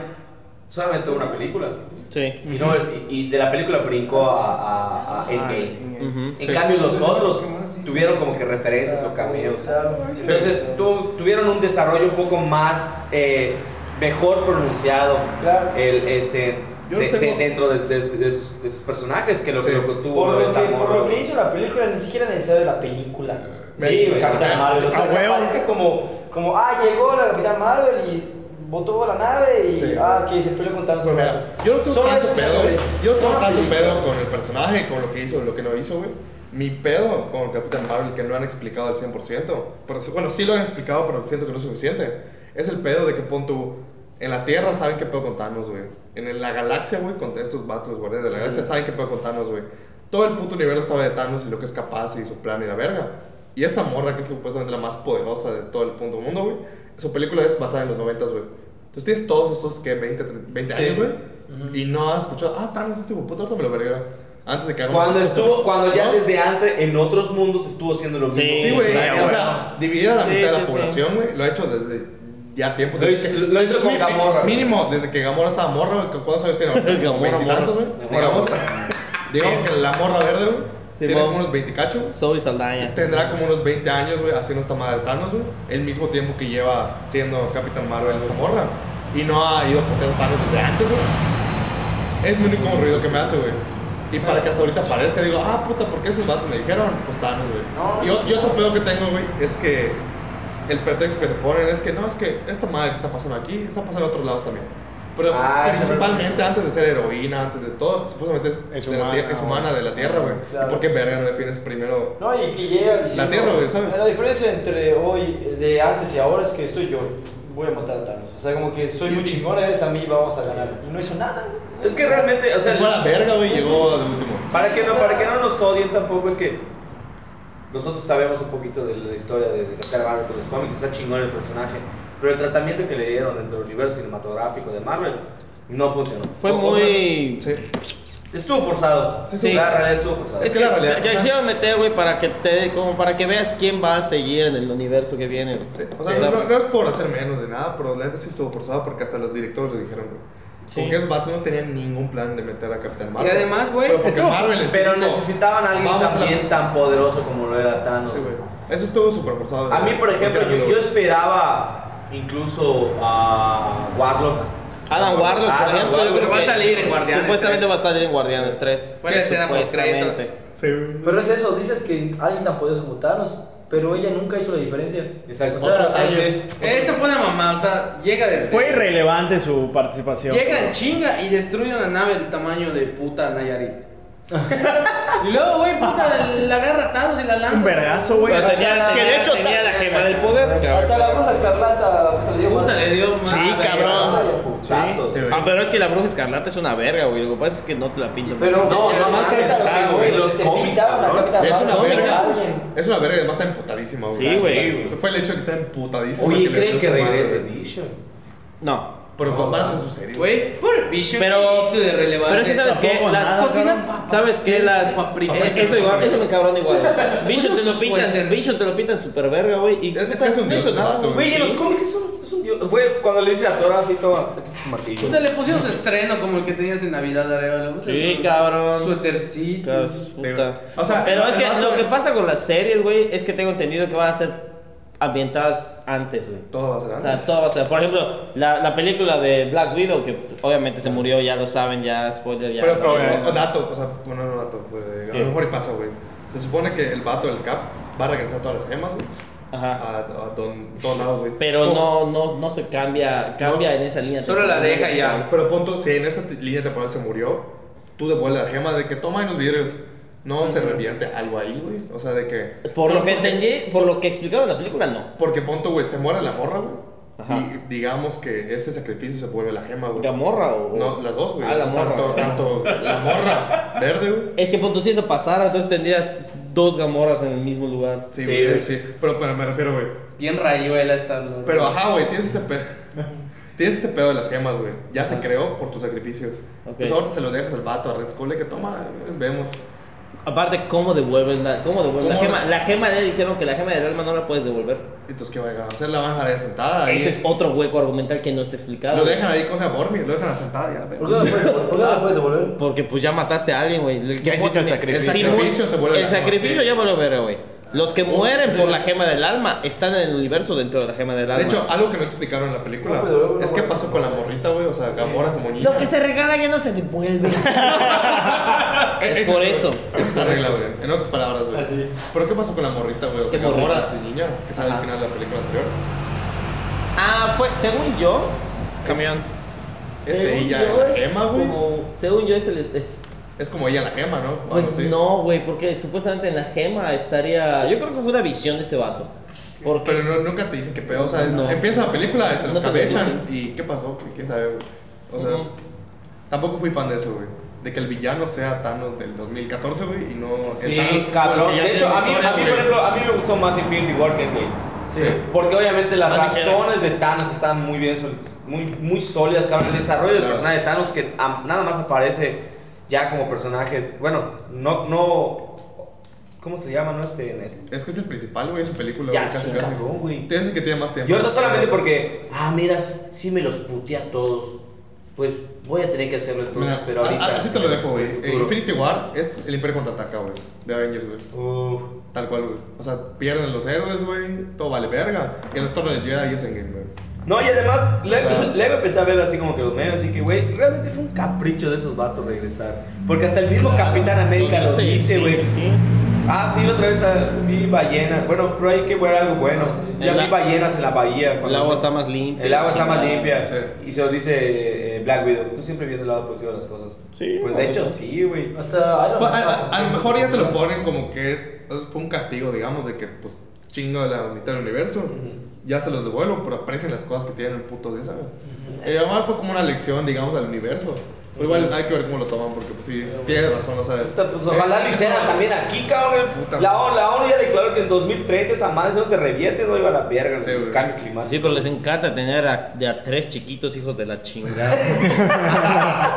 Speaker 3: solamente tuvo una película.
Speaker 2: Sí.
Speaker 3: Y, no- y- y de la película brincó a,
Speaker 2: Ah,
Speaker 3: a- a Endgame.
Speaker 2: Ujú.
Speaker 3: En cambio, los otros tuvieron como que referencias o cameos.
Speaker 5: Claro.
Speaker 3: Entonces, tu- tuvieron un desarrollo un poco más, eh, mejor pronunciado
Speaker 5: Claro.
Speaker 3: el, este,
Speaker 9: Yo
Speaker 3: de- de-
Speaker 9: tengo-
Speaker 3: dentro de, de- de sus, de sus personajes que lo,
Speaker 9: Sí.
Speaker 3: lo que tuvo.
Speaker 5: Por lo,
Speaker 3: esta
Speaker 5: que, por
Speaker 3: morra.
Speaker 5: lo que hizo la película, ni siquiera era necesario la película.
Speaker 3: Sí, güey.
Speaker 5: Capitán Marvel. O sea,
Speaker 4: A
Speaker 5: que
Speaker 4: huevo.
Speaker 5: aparezca como, como, ah, llegó la Capitán Marvel y botó la nave y,
Speaker 9: Sí. Pues
Speaker 5: ah, que se peleó con Thanos. un rato.
Speaker 9: Mira, yo no tengo
Speaker 5: Solo
Speaker 9: tanto
Speaker 5: eso
Speaker 9: pedo.
Speaker 5: hubiera hecho.
Speaker 9: Yo no tengo
Speaker 5: Una
Speaker 9: tanto
Speaker 5: película.
Speaker 9: pedo con el personaje, con lo que hizo, lo que no hizo, güey. Mi pedo con Capitán Marvel, que no han explicado al 100%, pero, sí- bueno, sí lo han explicado, pero siento que no es suficiente, es el pedo de que pon tú, en la Tierra saben qué pedo con Thanos, güey. En la galaxia, güey, con estos vatos, los guardianes de la galaxia, saben qué pedo con Thanos, güey. Todo el puto universo sabe de Thanos y lo que es capaz y su plan y la verga. Y esta morra, que es supuestamente la más poderosa de todo el punto mundo, güey, su película es basada en los 90, güey. Entonces tienes todos estos, que 20, 30, 20
Speaker 3: Sí.
Speaker 9: años, güey. Y no has escuchado, ah, Thanos, este puto, ahorita me lo verga. Antes de que haga un-
Speaker 3: Cuando estuvo, cuando ya
Speaker 9: ¿No?
Speaker 3: desde antes en otros mundos estuvo haciendo lo mismo.
Speaker 9: Sí, güey. o sea, dividir a la
Speaker 2: Sí,
Speaker 9: mitad de
Speaker 2: sí,
Speaker 9: la
Speaker 2: sí.
Speaker 9: población, güey, lo ha hecho desde ya tiempo.
Speaker 3: Lo hizo- lo hizo con
Speaker 9: Mi- mi-
Speaker 3: Gamora, güey.
Speaker 9: Mínimo, desde que Gamora estaba morra, güey, ¿cuántos años tiene? Como
Speaker 2: Gamora,
Speaker 9: veintitantos, güey.
Speaker 2: morra.
Speaker 9: Digamos, digamos que la morra verde, güey,
Speaker 2: Sí,
Speaker 9: tiene
Speaker 2: mo-
Speaker 9: como unos 20 cachos.
Speaker 2: Zoe Saldaña.
Speaker 9: Tendrá como unos 20 años, güey, haciendo esta madre de Thanos, güey. El mismo tiempo que lleva siendo Capitán Marvel esta morra. Y no ha ido a poner Thanos desde antes, güey. Es mi único ruido que me hace, güey. Y para que hasta ahorita parezca, digo, ah, puta, ¿por qué esos vatos me dijeron? Pues Thanos, güey. y, o- y otro pedo que tengo, güey, es que el pretexto que te ponen es que no, es que esta madre que está pasando aquí está pasando en otros lados también. Pero
Speaker 3: Ah,
Speaker 9: principalmente antes de ser heroína, antes de todo, supuestamente es,
Speaker 3: Es
Speaker 9: de la
Speaker 3: humana,
Speaker 9: tie- es humana de la tierra, güey.
Speaker 5: Claro.
Speaker 9: ¿Y por qué verga no defines primero?
Speaker 5: No, y que llega
Speaker 9: La
Speaker 5: diciendo,
Speaker 9: tierra, güey, ¿sabes?
Speaker 5: La diferencia entre hoy, de antes y ahora es que estoy yo. Voy a matar a Thanos. O sea, como que soy muy chingón, eres a mí, vamos a ganar. Y no hizo nada. güey.
Speaker 6: Es que realmente, o sea,
Speaker 9: Se fue a la verga, güey, y llegó de último.
Speaker 6: Para que, no, para que no nos odien tampoco, es que nosotros sabemos un poquito de la historia de de Capitán Marvel, de los cómics, está chingón el personaje, pero el tratamiento que le dieron dentro del universo cinematográfico de Marvel no funcionó.
Speaker 2: Fue
Speaker 6: O-
Speaker 2: muy.
Speaker 6: Estuvo forzado.
Speaker 2: Sí, sí.
Speaker 6: La realidad estuvo forzada.
Speaker 2: Es que la realidad. Ya hicieron meter, güey, para que te. Como para que veas quién va a seguir en el universo que viene. güey.
Speaker 9: O sea, no, no es por hacer menos de nada, pero la neta sí estuvo forzado porque hasta los directores le dijeron, güey.
Speaker 2: Sí.
Speaker 9: Porque esos vatos no tenían ningún plan de meter a Capitán
Speaker 6: Y
Speaker 9: Marvel.
Speaker 6: además, güey,
Speaker 9: Pero porque
Speaker 6: estuvo-
Speaker 9: Marvel en sí
Speaker 6: pero
Speaker 9: dijo,
Speaker 6: necesitaban a alguien
Speaker 9: "Vamos la-
Speaker 6: también tan poderoso como lo era Thanos.
Speaker 9: Sí, güey. Eso estuvo súper forzado.
Speaker 6: A mí,
Speaker 9: güey.
Speaker 6: por ejemplo,
Speaker 9: Porque
Speaker 6: yo,
Speaker 9: lo-
Speaker 6: yo esperaba incluso a Warlock.
Speaker 2: Adam Warlock, por
Speaker 6: Adam
Speaker 2: ejemplo, yo
Speaker 6: Warlock,
Speaker 2: creo
Speaker 6: va a
Speaker 2: que
Speaker 6: salir en Guardianes
Speaker 2: Supuestamente
Speaker 6: 3.
Speaker 2: va a salir en Guardianes 3.
Speaker 6: Fue la escena post
Speaker 2: Supuestamente.
Speaker 6: créditos.
Speaker 9: Sí, güey.
Speaker 5: Pero es eso, dices que alguien tan poderoso como Thanos, pero ella nunca hizo la diferencia.
Speaker 6: Exacto.
Speaker 5: O sea,
Speaker 6: Ah, sí.
Speaker 5: alguien-
Speaker 6: Eso fue una mamá, o sea, llega desde.
Speaker 7: Fue irrelevante su participación.
Speaker 6: Llega en chinga y destruye una nave del tamaño de puta Nayarit. y luego, güey, puta, la agarra a tazos y la lanza.
Speaker 7: Un vergazo, güey.
Speaker 2: Pero tenía,
Speaker 7: Que de hecho,
Speaker 2: tenía la gema del poder.
Speaker 5: Hasta la bruja escarlata te le dio
Speaker 6: Puta,
Speaker 5: más.
Speaker 6: le dio más.
Speaker 2: Sí, cabrón.
Speaker 5: Vaya putazos.
Speaker 9: Sí, güey.
Speaker 2: Ah, pero es que la bruja escarlata es una verga, güey. Lo que pasa es que no te la pintan.
Speaker 5: Pero
Speaker 9: No,
Speaker 5: pero
Speaker 9: nada más
Speaker 5: es a lo que
Speaker 9: pensaba,
Speaker 5: voy,
Speaker 9: güey, los
Speaker 5: te
Speaker 9: cómics,
Speaker 5: pincharon a
Speaker 9: cabrón.
Speaker 5: Capitán
Speaker 9: Es una
Speaker 5: Marvel,
Speaker 9: verga.
Speaker 5: a alguien.
Speaker 9: Es una verga, y además está emputadísima, güey.
Speaker 2: Sí, güey.
Speaker 9: Fue el hecho de que está emputadísimo.
Speaker 6: Oye,
Speaker 9: le
Speaker 6: ¿creen
Speaker 9: dio
Speaker 6: que
Speaker 9: su madre,
Speaker 6: regrese
Speaker 9: güey.
Speaker 6: Vision?
Speaker 2: No.
Speaker 9: Pero van a hacer su serie,
Speaker 6: Güey, por Vision,
Speaker 2: Pero-
Speaker 6: ¿qué hizo de relevante?
Speaker 2: Pero es que sabes que
Speaker 7: tampoco
Speaker 2: las
Speaker 7: nada,
Speaker 6: Pues
Speaker 2: cocinas,
Speaker 6: cabrón. papas.
Speaker 2: sabes que las
Speaker 6: Paprika.
Speaker 2: eh, eso igual, eso me cabrón igual. Vision
Speaker 6: Puso
Speaker 2: te lo
Speaker 6: su
Speaker 2: pintan,
Speaker 6: suéter.
Speaker 2: Vision te lo pintan super verga, güey. y
Speaker 9: Es- es que es
Speaker 2: no hizo
Speaker 9: un dios ese
Speaker 2: nada,
Speaker 9: vato,
Speaker 6: Güey, en los cómics es un, es un dios. Güey, cuando le dice a Thor así, toma, aquí está tu martillo. Puta, le pusieron su estreno como el que tenías en Navidad de Arevalo.
Speaker 2: Sí, cabrón.
Speaker 6: Suétercito.
Speaker 2: Cas- puta.
Speaker 9: güey. O sea,
Speaker 2: Pero
Speaker 9: el-
Speaker 2: es que
Speaker 9: el vato-
Speaker 2: lo que pasa con las series, güey, es que tengo entendido que van a ser ambientadas antes, güey.
Speaker 9: Todo va a ser
Speaker 2: O
Speaker 9: antes.
Speaker 2: sea, todo va a ser. Por ejemplo, la, la película de Black Widow, que obviamente se murió, ya lo saben, ya spoiler, ya.
Speaker 9: pero,
Speaker 2: no.
Speaker 9: pero, o- o dato, o sea, bueno, no dato, güey, a lo mejor y pasa, güey. Se supone que el vato del Cap va a regresar todas las gemas, güey.
Speaker 2: Ajá.
Speaker 9: A, a don- todos lados, güey.
Speaker 2: Ah. Pero
Speaker 9: Todo.
Speaker 2: no, no, no se cambia, cambia en esa línea.
Speaker 6: Solo la deja y ya.
Speaker 9: Pero punto, si en esa t- línea temporal se murió, tú devuelves la gema de que toma en los vidrios. No se revierte algo ahí, güey. O sea, de que.
Speaker 2: Por
Speaker 9: Pero
Speaker 2: lo que
Speaker 9: porque-
Speaker 2: entendí, por lo que explicaron en la película, no.
Speaker 9: Porque punto, güey, se muere la morra, güey.
Speaker 2: Ajá.
Speaker 9: Y digamos que ese sacrificio se vuelve la gema, güey.
Speaker 2: ¿Gamorra o.?
Speaker 9: No, las dos, güey.
Speaker 2: Ah,
Speaker 9: O
Speaker 2: la
Speaker 9: sea,
Speaker 2: morra.
Speaker 9: Tanto, tanto la morra verde, güey.
Speaker 2: Es que, punto, si eso pasara, entonces tendrías dos gamorras en el mismo lugar.
Speaker 9: Sí,
Speaker 6: Sí,
Speaker 9: güey,
Speaker 6: güey.
Speaker 9: sí. Pero, pero me refiero, güey.
Speaker 6: Bien rayuela está. la-
Speaker 9: Pero ajá, güey, tienes este pedo. Tienes este pedo de las gemas, güey. Ya se creó por tu sacrificio.
Speaker 2: Ok.
Speaker 9: Pues ahora se lo dejas al vato, a Red Skull, y que toma, eh, vemos.
Speaker 2: Aparte, ¿cómo devuelves la, cómo devuelves la
Speaker 9: ¿Cómo
Speaker 2: gema?
Speaker 9: re-
Speaker 2: La gema de dijeron que la gema del alma no la puedes devolver.
Speaker 9: Entonces, ¿qué va a hacer? La van a dejar ahí sentada. ahí.
Speaker 2: Ese es otro hueco argumental que no está explicado.
Speaker 9: Lo
Speaker 2: güey.
Speaker 9: dejan ahí, cosa Bormir, lo dejan sentada ya. la
Speaker 5: ¿Por qué no
Speaker 9: verga.
Speaker 5: la puedes devolver? ¿Por qué no la puedes devolver?
Speaker 2: Porque pues ya mataste a alguien, güey. El
Speaker 7: Ya hiciste el
Speaker 2: Sí,
Speaker 7: sacrificio.
Speaker 2: sí,
Speaker 9: El sacrificio
Speaker 2: mu-
Speaker 9: se vuelve
Speaker 2: El
Speaker 9: la gema,
Speaker 2: sacrificio
Speaker 9: sí.
Speaker 2: ya vuelve verga, güey. Los que
Speaker 9: Oh,
Speaker 2: mueren
Speaker 9: sí.
Speaker 2: por la gema del alma están en el universo dentro de la gema del alma.
Speaker 9: De hecho, algo que no explicaron en la película
Speaker 5: No, pero luego
Speaker 9: es
Speaker 5: no
Speaker 9: qué
Speaker 5: va a
Speaker 9: pasó con la morrita, güey. O sea, Gamora como niña.
Speaker 2: lo que se regala ya no se devuelve.
Speaker 9: Eh,
Speaker 2: es
Speaker 9: esa
Speaker 2: por
Speaker 9: güey.
Speaker 2: eso.
Speaker 9: Esa es la regla, güey. En otras palabras, güey.
Speaker 5: Así.
Speaker 9: Pero ¿qué pasó con la morrita, güey? O sea,
Speaker 2: ¿Qué morrita?
Speaker 9: Gamora de niña, que sale al
Speaker 2: Ajá.
Speaker 9: final de la película anterior.
Speaker 2: Ah, fue, según yo,
Speaker 9: Camión. Es
Speaker 2: Según
Speaker 9: ella
Speaker 2: yo,
Speaker 9: la
Speaker 2: es
Speaker 9: gema, güey.
Speaker 2: como- según yo es el es- es-
Speaker 9: Es como ella la gema, ¿no? Algo
Speaker 2: Pues
Speaker 9: así.
Speaker 2: no, güey, porque supuestamente en la gema estaría. Yo creo que fue una visión de ese vato. Porque
Speaker 9: Pero no- nunca te dicen qué pedo. O sea,
Speaker 2: No.
Speaker 9: empieza la película, se los
Speaker 2: No te lo
Speaker 9: cabechan. ¿Y qué pasó? ¿Qui- ¿Quién sabe, güey? O sea,
Speaker 2: Ujú.
Speaker 9: tampoco fui fan de eso, güey. De que el villano sea Thanos del 2014, güey, y no. el Thanos
Speaker 6: Sí,
Speaker 9: como el
Speaker 6: cabrón.
Speaker 9: que ya
Speaker 6: De hecho,
Speaker 9: tiene
Speaker 6: a mí,
Speaker 9: historia,
Speaker 6: a mí,
Speaker 9: güey.
Speaker 6: por ejemplo, a mí me gustó más Infinity War que Endgame.
Speaker 9: Sí.
Speaker 6: Porque obviamente las
Speaker 9: Más ligera.
Speaker 6: razones de Thanos están muy bien, sol- muy, muy sólidas, cabrón. El desarrollo del
Speaker 9: Claro.
Speaker 6: personaje de Thanos que ah, nada más aparece ya como personaje. Bueno, no, no. ¿Cómo se llama, no? Este, en este.
Speaker 9: Es que es el principal, güey, es su película.
Speaker 6: Ya
Speaker 9: güey, casi,
Speaker 6: sí,
Speaker 9: casi.
Speaker 6: cabrón, güey.
Speaker 9: Tienes que tiene más tiempo.
Speaker 6: Y ahorita solamente porque, ah, mira, sí me los puteé a todos. Pues voy a tener que hacerlo entonces,
Speaker 9: Mira,
Speaker 6: pero
Speaker 9: a- a-
Speaker 6: ahorita.
Speaker 9: así te lo dejo, güey.
Speaker 6: en el
Speaker 9: Eh,
Speaker 6: futuro.
Speaker 9: Infinity War es el Imperio contraataca, güey. De Avengers, güey.
Speaker 6: Uh,
Speaker 9: Tal cual, güey. O sea, pierden los héroes, güey. Todo vale verga. Y el retorno de Jedi es en game, güey.
Speaker 6: No, y además, le-
Speaker 9: sea-
Speaker 6: luego empecé a ver así como que los memes, así que, güey, realmente fue un capricho de esos vatos regresar. Porque hasta el mismo Capitán América lo
Speaker 2: Sí,
Speaker 6: dice,
Speaker 2: sí,
Speaker 6: güey.
Speaker 2: sí.
Speaker 3: Ah, sí, la otra vez ah, vi ballena. Bueno, pero hay que ver algo bueno. Ya
Speaker 2: El
Speaker 3: vi
Speaker 2: a-
Speaker 3: ballenas en la bahía.
Speaker 2: El
Speaker 3: cuando-
Speaker 2: agua está más limpia.
Speaker 3: El agua está más limpia.
Speaker 9: Sí.
Speaker 3: Y se nos dice eh, eh, Black Widow. Tú siempre viendo el lado positivo de las cosas.
Speaker 2: Sí,
Speaker 3: Pues de
Speaker 2: no,
Speaker 3: hecho,
Speaker 2: no.
Speaker 3: sí, güey.
Speaker 5: O sea, I don't
Speaker 9: Pues,
Speaker 5: know.
Speaker 9: a, a- a lo mejor ya te lo ponen como que fue un castigo, digamos, de que pues chingo de la mitad del universo. Ya se los devuelvo, pero aprecian las cosas que tienen el puto día, ¿sabes? El amor fue como una lección, digamos, al universo. Pues igual hay que ver cómo lo toman, porque pues sí, tienes razón, o sea.
Speaker 3: Puta, Pues ojalá lo hicieran también aquí, cabrón.
Speaker 9: Puta
Speaker 3: La
Speaker 9: madre.
Speaker 3: ONU, la ONU ya declaró que en 2030 esa madre no se revierte, no iba a la verga.
Speaker 9: Sí,
Speaker 3: el
Speaker 9: güey.
Speaker 3: cambio climático.
Speaker 2: Sí, pero les encanta tener a, de a tres chiquitos hijos de la chingada.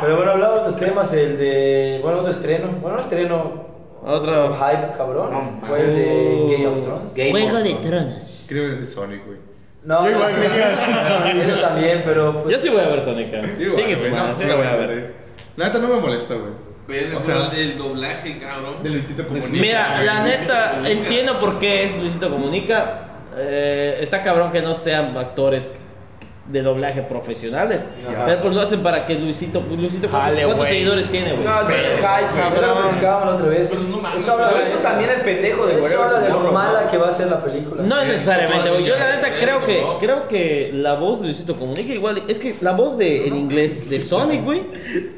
Speaker 5: Pero bueno, hablaba de otros temas, el de. Bueno, otro estreno. Bueno, no estreno.
Speaker 2: Otro-
Speaker 5: hype, cabrón.
Speaker 2: No,
Speaker 5: fue el de
Speaker 2: mames.
Speaker 5: Game of Thrones.
Speaker 3: Game of Thrones.
Speaker 2: Tronos.
Speaker 9: Quiero decir Sonic, güey.
Speaker 5: No,
Speaker 4: Yo igual
Speaker 5: no,
Speaker 4: me
Speaker 5: no,
Speaker 4: quiero decir Sonic.
Speaker 5: Eso también, pero. Pues,
Speaker 2: Yo sí voy a ver Sonic. ¿eh?
Speaker 9: Digo,
Speaker 2: Chingue
Speaker 9: güey,
Speaker 2: su
Speaker 9: no,
Speaker 2: madre,
Speaker 9: sí
Speaker 2: sí la voy a ver.
Speaker 9: La neta no me molesta, güey.
Speaker 10: Pero
Speaker 9: O sea,
Speaker 10: el doblaje, cabrón.
Speaker 9: de Luisito Comunica.
Speaker 2: Mira,
Speaker 9: güey.
Speaker 2: la
Speaker 10: Luisito
Speaker 2: neta,
Speaker 10: Comunica.
Speaker 2: entiendo por qué es Luisito Comunica. Eh, está cabrón que no sean actores de doblaje profesionales.
Speaker 3: Ajá.
Speaker 2: Pero pues lo hacen para que Luisito, pues, Luisito ¿cuántos,
Speaker 7: Jale,
Speaker 2: cuántos
Speaker 7: güey.
Speaker 2: seguidores tiene, güey?
Speaker 3: No, ese es el hype,
Speaker 5: Pero lo
Speaker 3: cabrón.
Speaker 5: platicábamos la otra vez.
Speaker 10: Pero no mames,
Speaker 5: eso habla
Speaker 3: Pero
Speaker 5: de
Speaker 3: eso también el pendejo de
Speaker 5: Eso
Speaker 3: Whatever
Speaker 5: habla de lo
Speaker 3: Tomorrow,
Speaker 5: mala
Speaker 3: ¿no?
Speaker 5: que va a ser la película.
Speaker 2: No necesariamente, güey. Yo la neta
Speaker 10: Bien,
Speaker 2: creo que
Speaker 10: ¿no?
Speaker 2: creo que la voz de Luisito Comunica igual es que la voz de en inglés de Sonic, güey,